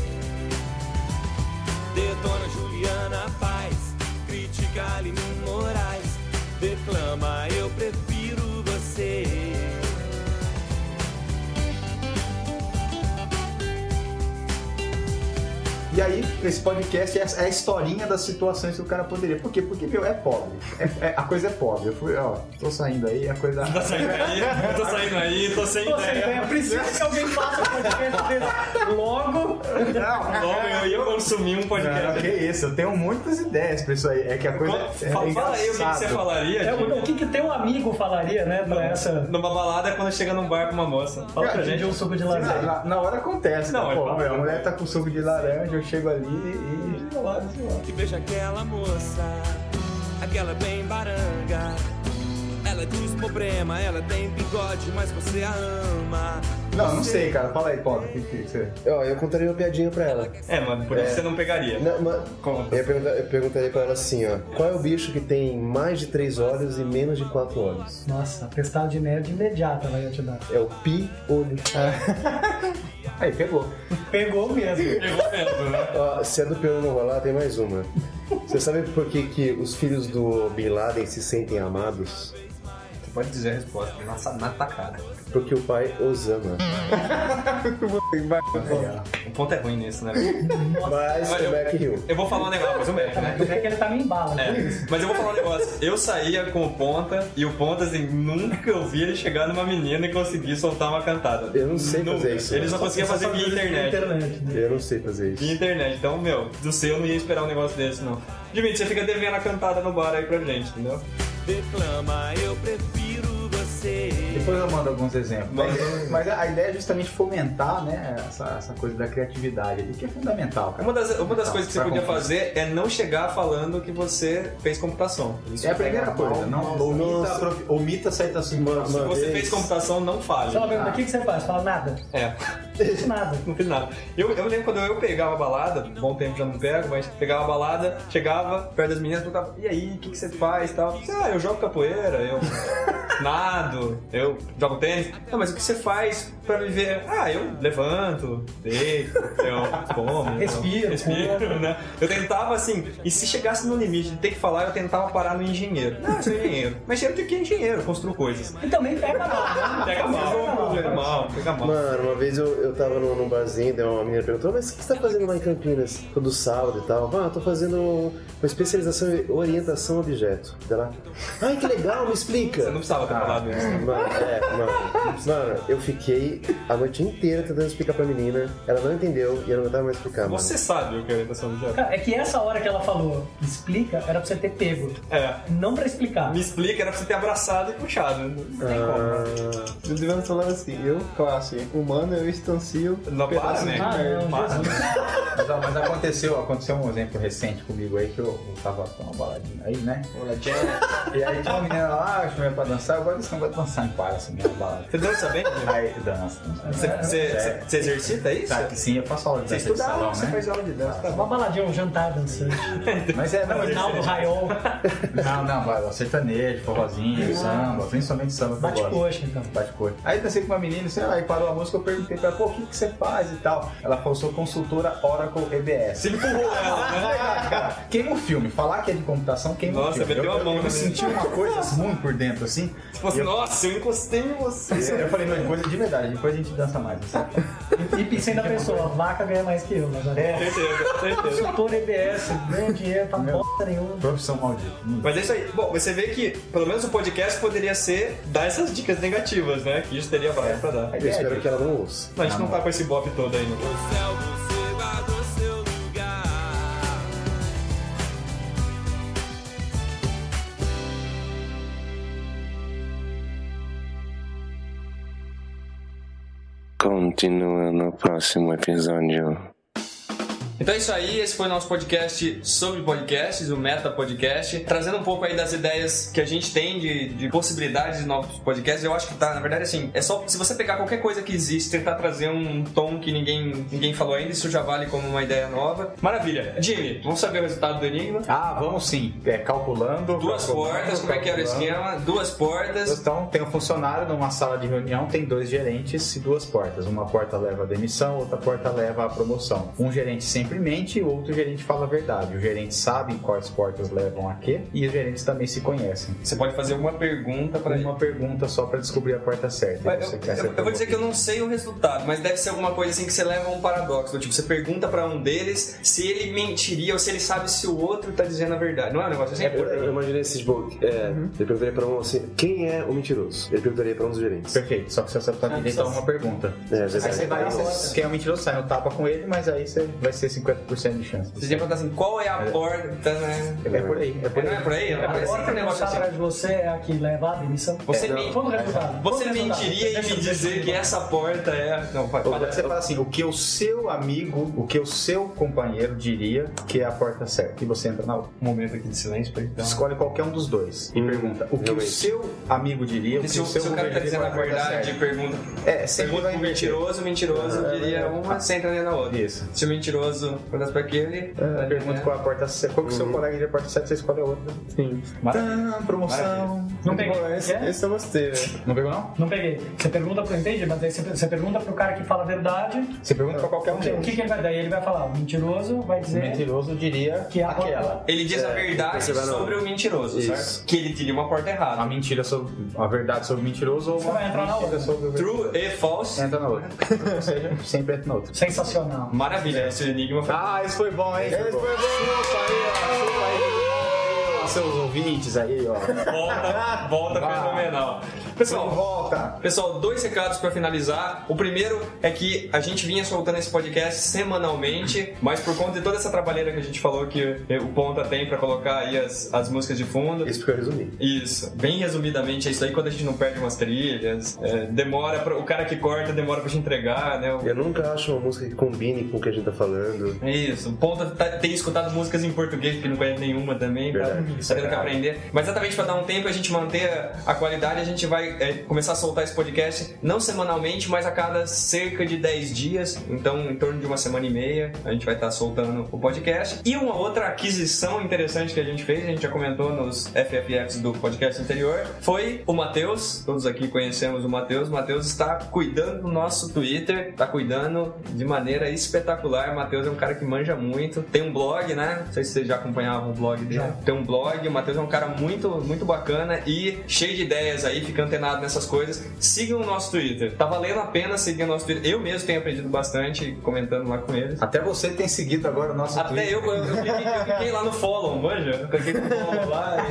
[SPEAKER 6] Detona Juliana Paz, critica Aline Moraes, declama eu prefiro você.
[SPEAKER 4] E aí, esse podcast é a- é a historinha das situações que o cara poderia. Por quê? Porque, meu, é pobre. É- é- a coisa é pobre. Eu fui, ó, tô saindo aí, a coisa.
[SPEAKER 1] Tá saindo aí, tô saindo aí, tô sem
[SPEAKER 3] Tô sem
[SPEAKER 1] ideia.
[SPEAKER 3] ideia, é preciso que alguém faça um podcast desse logo.
[SPEAKER 4] Não,
[SPEAKER 1] Logo eu ia consumir um
[SPEAKER 4] não, que
[SPEAKER 1] podcast.
[SPEAKER 4] isso, eu tenho muitas ideias pra isso aí. É que a coisa.
[SPEAKER 1] Qual-
[SPEAKER 4] é-
[SPEAKER 1] Fala,
[SPEAKER 4] é
[SPEAKER 1] fala aí o que, que você
[SPEAKER 4] engraçado.
[SPEAKER 1] falaria,
[SPEAKER 3] É,
[SPEAKER 1] Jimmy?
[SPEAKER 3] o, o que, que teu amigo falaria, né, pra essa.
[SPEAKER 1] Numa balada quando chega num bar com uma moça. Fala pra
[SPEAKER 4] Cara,
[SPEAKER 1] gente.
[SPEAKER 3] De um suco de
[SPEAKER 4] Na,
[SPEAKER 3] laranja.
[SPEAKER 4] na- na hora acontece,
[SPEAKER 1] Não,
[SPEAKER 4] né?
[SPEAKER 1] é
[SPEAKER 4] Pô,
[SPEAKER 1] pobre.
[SPEAKER 4] meu, a mulher tá com suco de laranja, eu chego ali e.
[SPEAKER 6] Que veja aquela moça, aquela bem baranga. Ela diz problema, ela tem bigode, mas você a ama.
[SPEAKER 4] Não, não sei, cara. Fala aí, Paulo, o que, que você.
[SPEAKER 2] Ó, eu contaria uma piadinha pra ela.
[SPEAKER 1] É, mano, por isso você não pegaria.
[SPEAKER 2] Não, mas
[SPEAKER 1] Conta.
[SPEAKER 2] eu, pergunta- eu perguntaria pra ela assim, ó. Qual é o bicho que tem mais de três olhos e menos de quatro olhos?
[SPEAKER 3] Nossa, testado de nerd imediata vai te dar.
[SPEAKER 2] É o pi olho.
[SPEAKER 4] Aí, pegou.
[SPEAKER 3] Pegou mesmo.
[SPEAKER 1] Pegou mesmo, né?
[SPEAKER 2] Ó, se a do piano não rolar, tem mais uma. Você sabe por que, que os filhos do Bin Laden se sentem amados?
[SPEAKER 1] Você pode dizer a resposta, nossa, na tacada.
[SPEAKER 2] Porque o pai os ama.
[SPEAKER 1] O ponto é ruim nisso, né?
[SPEAKER 2] Mas
[SPEAKER 1] Olha,
[SPEAKER 2] o Mac Hill.
[SPEAKER 1] Eu vou falar um negócio, mas o Mac, né?
[SPEAKER 3] É que ele tá me embala.
[SPEAKER 1] É,
[SPEAKER 3] né?
[SPEAKER 1] mas eu vou falar um negócio. Eu saía com o Ponta e o Ponta, assim, nunca eu vi ele chegar numa menina e conseguir soltar uma cantada.
[SPEAKER 2] Eu não sei
[SPEAKER 1] Nunca.
[SPEAKER 2] fazer isso. né?
[SPEAKER 1] Eles não conseguiam né? fazer via internet.
[SPEAKER 3] Internet, né?
[SPEAKER 2] Eu não sei fazer
[SPEAKER 1] Via
[SPEAKER 2] isso.
[SPEAKER 1] internet. Então, meu, do seu eu não ia esperar um negócio desse, não. Dimitri, você fica devendo a cantada no bar aí pra gente, entendeu?
[SPEAKER 6] Declama, eu prefiro você. você.
[SPEAKER 4] Depois eu mando alguns exemplos. Mas, mas a a ideia é justamente fomentar né, essa, essa coisa da criatividade ali, que é fundamental, cara.
[SPEAKER 1] Uma das, uma das
[SPEAKER 4] Tá,
[SPEAKER 1] coisas que você
[SPEAKER 4] pra
[SPEAKER 1] podia
[SPEAKER 4] comprar.
[SPEAKER 1] fazer é não chegar falando que você fez computação. Isso
[SPEAKER 4] É a primeira coisa, não omita,
[SPEAKER 2] Nossa.
[SPEAKER 4] prof- omita certas
[SPEAKER 1] Se
[SPEAKER 4] informações.
[SPEAKER 1] você
[SPEAKER 2] vez.
[SPEAKER 1] fez computação, não fale.
[SPEAKER 3] Se ela pergunta, o que, que você faz? Fala nada.
[SPEAKER 1] É.
[SPEAKER 3] Não nada.
[SPEAKER 1] não fiz nada. Eu, eu lembro quando eu pegava a balada, bom tempo já não pego, mas pegava a balada, chegava perto das meninas, perguntava, e aí, o que, que você faz e tal? Ah, eu jogo capoeira, eu nado, eu jogo tênis. Não, mas o que você faz pra viver? Ah, eu levanto, deito, eu como.
[SPEAKER 3] Respiro,
[SPEAKER 1] respiro, né? Eu tentava assim, e se chegasse no limite de ter que falar, eu tentava parar no engenheiro. Ah, eu sou engenheiro. Mas eu de que engenheiro? Eu Construo coisas.
[SPEAKER 3] E também pega mal.
[SPEAKER 1] Pega mal, pega mal, pega mal.
[SPEAKER 2] Mano, uma vez eu, eu tava num, num barzinho, daí uma menina perguntou, mas o que você tá fazendo lá em Campinas? Todo sábado e tal. Ah, eu tô fazendo uma especialização em orientação a objeto. Daí ela, ai que legal, me explica.
[SPEAKER 1] Você não precisava ter falado isso. né?
[SPEAKER 2] Mano, é, mano. Mano, eu fiquei a noite inteira tentando explicar pra menina. Ela não entendeu e eu não tava mais explicar, mano.
[SPEAKER 1] Você sabe o que é orientação objeto?
[SPEAKER 3] Cara, é que essa hora que ela falou, explica, era pra você ter pego.
[SPEAKER 1] É.
[SPEAKER 3] Não pra explicar.
[SPEAKER 1] Me explica, era pra você ter abraçado e puxado. né? Não tem
[SPEAKER 2] Ah,
[SPEAKER 5] Eu devia falar assim, eu, classe humana, eu estancio.
[SPEAKER 1] como. Não para,
[SPEAKER 5] pedaço
[SPEAKER 1] né?
[SPEAKER 5] de
[SPEAKER 3] Ah,
[SPEAKER 5] merda.
[SPEAKER 3] não,
[SPEAKER 1] Para.
[SPEAKER 3] Jesus.
[SPEAKER 4] Mas, ó, mas aconteceu, aconteceu um exemplo recente comigo aí que eu, eu tava com uma baladinha aí, né? E aí tinha uma menina lá, "Ah, eu chamei é pra dançar, eu gosto desse negócio de dançar em par, assim, na balada.
[SPEAKER 1] Você dança bem? Diego?
[SPEAKER 4] Aí dança, dança.
[SPEAKER 1] Você, você- você- você exercita é isso?
[SPEAKER 4] Sabe que sim, eu faço aula de
[SPEAKER 1] Você
[SPEAKER 4] dança de
[SPEAKER 1] estuda
[SPEAKER 4] salão,
[SPEAKER 1] aula, você
[SPEAKER 4] né?
[SPEAKER 1] faz aula de dança. Tá bom.
[SPEAKER 3] Uma baladinha, um jantar dançante.
[SPEAKER 4] Mas é, não,
[SPEAKER 3] Arnaldo Raiol,
[SPEAKER 4] não, não, vai, ó, sertanejo,
[SPEAKER 1] Ah.
[SPEAKER 4] forrozinho, samba, principalmente samba que eu
[SPEAKER 3] bate
[SPEAKER 4] gosto.
[SPEAKER 3] coxa, então.
[SPEAKER 4] bate coisa. Aí eu pensei com uma menina, sei lá, e parou a música, eu perguntei pra ela, pô, o que, que você faz e tal. Ela falou, sou consultora Oracle EBS.
[SPEAKER 1] Você empurrou ela, né?
[SPEAKER 4] Cara, queima o filme. Falar que é de computação, queima
[SPEAKER 1] Nossa,
[SPEAKER 4] o filme.
[SPEAKER 1] meteu
[SPEAKER 4] eu,
[SPEAKER 1] a mão
[SPEAKER 4] eu,
[SPEAKER 1] na
[SPEAKER 4] eu senti uma coisa ruim por dentro, assim.
[SPEAKER 1] Tipo assim, nossa, eu encostei em você.
[SPEAKER 4] Eu falei, não, é coisa de verdade, depois a gente dança mais. Assim.
[SPEAKER 3] E pensei na pessoa, a vaca ganha mais que eu, mas é.
[SPEAKER 1] Certeza, certeza.
[SPEAKER 3] Consultor EBS, ganha dinheiro pra bosta nenhuma.
[SPEAKER 4] Profissão maldita. Hum.
[SPEAKER 1] Mas é isso aí. Bom, você vê que pelo menos o podcast poderia ser dar essas dicas negativas, né? Que isso teria várias pra dar.
[SPEAKER 2] eu espero que ela não ouça.
[SPEAKER 1] Mas a gente não É. tá com esse bop todo ainda.
[SPEAKER 8] Continua no próximo episódio.
[SPEAKER 1] Então é isso aí, esse foi o nosso podcast sobre podcasts, o Meta Podcast, trazendo um pouco aí das ideias que a gente tem de, de possibilidades de novos podcasts. Eu acho que tá, na verdade, assim, é só se você pegar qualquer coisa que existe, tentar trazer um tom que ninguém, ninguém falou ainda, isso já vale como uma ideia nova. Maravilha. Jimmy, vamos saber o resultado do Enigma?
[SPEAKER 4] Ah, vamos sim. É, calculando.
[SPEAKER 1] Duas
[SPEAKER 4] calculando,
[SPEAKER 1] portas, como é que era o
[SPEAKER 4] calculando.
[SPEAKER 1] esquema? Duas portas.
[SPEAKER 4] Então, tem um funcionário numa sala de reunião, tem dois gerentes e duas portas. Uma porta leva a demissão, outra porta leva a promoção. Um gerente sempre mente e o outro gerente fala a verdade. O gerente sabe quais portas levam a quê e os gerentes também se conhecem.
[SPEAKER 1] Você pode fazer uma pergunta pra gente.
[SPEAKER 4] Uma pergunta só pra descobrir a porta certa.
[SPEAKER 1] Mas
[SPEAKER 4] Você
[SPEAKER 1] Eu,
[SPEAKER 4] quer
[SPEAKER 1] eu-
[SPEAKER 4] ser
[SPEAKER 1] eu vou dizer que eu
[SPEAKER 4] promovido.
[SPEAKER 1] não sei o resultado, mas deve ser alguma coisa assim que você leva a um paradoxo. do Tipo, você pergunta pra um deles se ele mentiria ou se ele sabe se o outro tá dizendo a verdade. Não é Uhum. um negócio assim?
[SPEAKER 2] Eu, eu imaginei esse tipo, é, ele perguntaria pra um assim, quem é o mentiroso? Ele perguntaria pra um dos gerentes.
[SPEAKER 4] Perfeito, só que se você acertar direito, é uma pergunta.
[SPEAKER 2] É, é verdade.
[SPEAKER 4] Aí você vai, você, quem é o mentiroso sai no tapa com ele, mas aí você vai ser 50% de chance.
[SPEAKER 1] Você tinha perguntar assim, qual é a porta, né?
[SPEAKER 4] É por aí, é por
[SPEAKER 1] Não é
[SPEAKER 4] aí.
[SPEAKER 1] por aí? É por aí.
[SPEAKER 3] A
[SPEAKER 1] Sempre
[SPEAKER 3] porta
[SPEAKER 1] um
[SPEAKER 3] que
[SPEAKER 1] negócio
[SPEAKER 3] está
[SPEAKER 1] assim.
[SPEAKER 3] atrás de você é a que leva a demissão. É,
[SPEAKER 1] Você,
[SPEAKER 3] Não,
[SPEAKER 1] men-
[SPEAKER 3] Vamos resultar.
[SPEAKER 1] você mentiria em me dizer que essa porta é. Não, vai.
[SPEAKER 4] Ou você fala assim, o que o seu amigo, o que o seu companheiro diria que é a porta certa. E você entra na outra.
[SPEAKER 1] Um momento aqui de silêncio pra então. gente dar uma-
[SPEAKER 4] Escolhe qualquer um dos dois e
[SPEAKER 2] Hum,
[SPEAKER 4] pergunta o que
[SPEAKER 2] realmente.
[SPEAKER 4] o seu amigo diria, o que
[SPEAKER 1] Se
[SPEAKER 4] o
[SPEAKER 1] o,
[SPEAKER 4] seu
[SPEAKER 1] se o cara tá
[SPEAKER 4] companheiro diria
[SPEAKER 1] dizendo a
[SPEAKER 4] que é
[SPEAKER 1] verdade,
[SPEAKER 4] certa.
[SPEAKER 1] pergunta.
[SPEAKER 4] É,
[SPEAKER 1] Pergunta
[SPEAKER 4] sempre vai
[SPEAKER 1] pro
[SPEAKER 4] inverter.
[SPEAKER 1] mentiroso, o mentiroso diria uma, você entra na outra.
[SPEAKER 4] Isso.
[SPEAKER 1] Se o mentiroso perguntasse pra aquele. tá
[SPEAKER 4] Ah, Pergunta qual é a porta certa, qual que o
[SPEAKER 2] Uhum.
[SPEAKER 4] seu colega diria a porta certa, você escolhe a outra.
[SPEAKER 5] Sim.
[SPEAKER 4] Tã, promoção.
[SPEAKER 3] Não peguei.
[SPEAKER 5] Bom, esse,
[SPEAKER 3] Quer?
[SPEAKER 5] Tá, esse eu gostei, velho.
[SPEAKER 4] Não pegou não?
[SPEAKER 3] Não peguei. Você pergunta pro entende, mas daí você, você pergunta pro cara que fala a verdade.
[SPEAKER 1] Então,
[SPEAKER 4] Você pergunta
[SPEAKER 1] É.
[SPEAKER 4] pra qualquer um
[SPEAKER 3] O que, o
[SPEAKER 4] deles.
[SPEAKER 3] que que ele vai dar? E ele vai falar, o mentiroso vai
[SPEAKER 4] O
[SPEAKER 3] dizer
[SPEAKER 4] mentiroso diria
[SPEAKER 3] que é a
[SPEAKER 4] aquela.
[SPEAKER 3] porta.
[SPEAKER 1] Ele diz a verdade
[SPEAKER 2] É, você vai Ah, na
[SPEAKER 1] sobre o mentiroso, certo? Que ele diria uma porta
[SPEAKER 4] A
[SPEAKER 1] errada.
[SPEAKER 4] mentira sobre a verdade sobre o mentiroso ou
[SPEAKER 3] Você
[SPEAKER 4] uma
[SPEAKER 3] vai entrar na
[SPEAKER 4] mentira
[SPEAKER 3] outra.
[SPEAKER 4] sobre o
[SPEAKER 1] True e false.
[SPEAKER 4] Entra na outra. Ou seja, sempre entra na outra.
[SPEAKER 3] Sensacional.
[SPEAKER 2] É.
[SPEAKER 1] Maravilha, esse enigma foi.
[SPEAKER 4] Ah, isso foi bom, hein? Esse foi bom. Chupa aí, ó. Chupa aí. seus ouvintes aí, ó.
[SPEAKER 1] Volta, volta
[SPEAKER 4] Ah.
[SPEAKER 1] fenomenal. Pessoal,
[SPEAKER 4] Volta!
[SPEAKER 1] Pessoal, dois recados pra finalizar. O primeiro é que a gente vinha soltando esse podcast semanalmente, mas por conta de toda essa trabalheira que a gente falou que eh, o Ponta tem pra colocar aí as, as músicas de fundo.
[SPEAKER 2] Isso que eu resumi.
[SPEAKER 1] Isso, bem resumidamente, é isso aí quando a gente não perde umas trilhas, eh, demora pra, o cara que corta demora pra te entregar, né? O-
[SPEAKER 2] Eu nunca acho uma música que combine com o que a gente tá falando.
[SPEAKER 1] É Isso, o Ponta tá- tem escutado músicas em português, que não conhece nenhuma também, tá,
[SPEAKER 2] Verdade, isso
[SPEAKER 1] tá
[SPEAKER 2] é
[SPEAKER 1] tendo que
[SPEAKER 2] verdade.
[SPEAKER 1] aprender. Mas exatamente pra dar um tempo e a gente manter a- a qualidade, a gente vai é, começar a soltar esse podcast, não semanalmente, mas a cada cerca de 10 dias, então em torno de uma semana e meia, a gente vai estar soltando o podcast. E uma outra aquisição interessante que a gente fez, a gente já comentou nos FFFs do podcast anterior, foi o Matheus, todos aqui conhecemos o Matheus, o Matheus está cuidando do nosso Twitter, está cuidando de maneira espetacular, o Matheus é um cara que manja muito, tem um blog, né? Não sei se vocês já acompanhavam o blog dele. Tem um blog, o Matheus é um cara muito, muito bacana e cheio de ideias aí, fica antenado nessas coisas. Sigam o nosso Twitter. Tá valendo a pena seguir o nosso Twitter. Eu mesmo tenho aprendido bastante comentando lá com eles.
[SPEAKER 4] Até você tem seguido agora o nosso
[SPEAKER 1] Até
[SPEAKER 4] Twitter.
[SPEAKER 1] eu, eu, eu, cliquei, eu cliquei lá no follow, manja? Eu cliquei no follow lá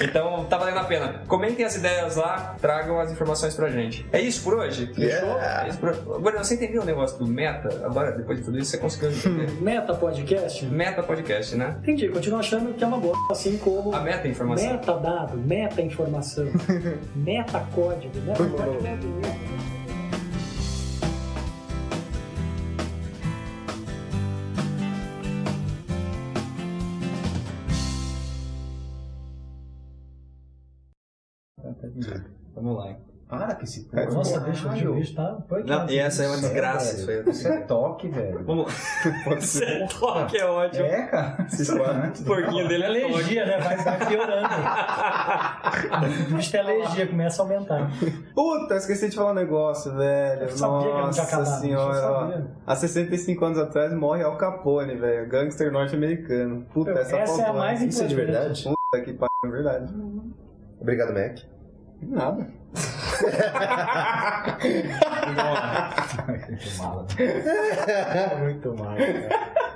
[SPEAKER 1] e... Então tá valendo a pena. Comentem as ideias lá, tragam as informações pra gente. É isso por hoje?
[SPEAKER 2] Yeah.
[SPEAKER 1] É isso por... Agora, você entendeu o negócio do meta? Agora, depois de tudo isso, você conseguiu entender.
[SPEAKER 3] Meta podcast?
[SPEAKER 1] meta podcast, né?
[SPEAKER 3] Entendi, continuo achando que é uma boa, assim como. assim?
[SPEAKER 1] A meta é informação.
[SPEAKER 3] Meta dado, meta informação, meta código, meta código.
[SPEAKER 1] Vamos lá.
[SPEAKER 4] Para que se
[SPEAKER 3] Nossa, deixa o
[SPEAKER 4] Caralho.
[SPEAKER 3] bicho tá. Foi
[SPEAKER 1] Não, e essa é uma desgraça. Isso aí
[SPEAKER 4] Velho, Isso é toque, velho.
[SPEAKER 1] Vamos lá. Isso é toque, é ótimo.
[SPEAKER 4] É, cara.
[SPEAKER 1] O porquinho dele
[SPEAKER 3] É
[SPEAKER 1] é toque.
[SPEAKER 3] alergia, né? Vai, vai piorando. o bicho tem alergia, começa a aumentar.
[SPEAKER 5] Puta, eu esqueci de falar um negócio, velho.
[SPEAKER 3] Eu sabia que não tinha
[SPEAKER 5] Nossa
[SPEAKER 3] acabado, eu
[SPEAKER 5] senhora. ó.
[SPEAKER 3] sabia.
[SPEAKER 5] Há 65 anos atrás morre Al Capone, velho. Gangster norte-americano. Puta,
[SPEAKER 3] Essa,
[SPEAKER 5] essa,
[SPEAKER 3] é a
[SPEAKER 5] faltou,
[SPEAKER 3] mais
[SPEAKER 5] né?
[SPEAKER 2] Isso é de verdade?
[SPEAKER 5] Puta que pariu, é verdade.
[SPEAKER 2] Obrigado, Mac.
[SPEAKER 5] Nada.
[SPEAKER 4] Muito mal. Muito mal. cara.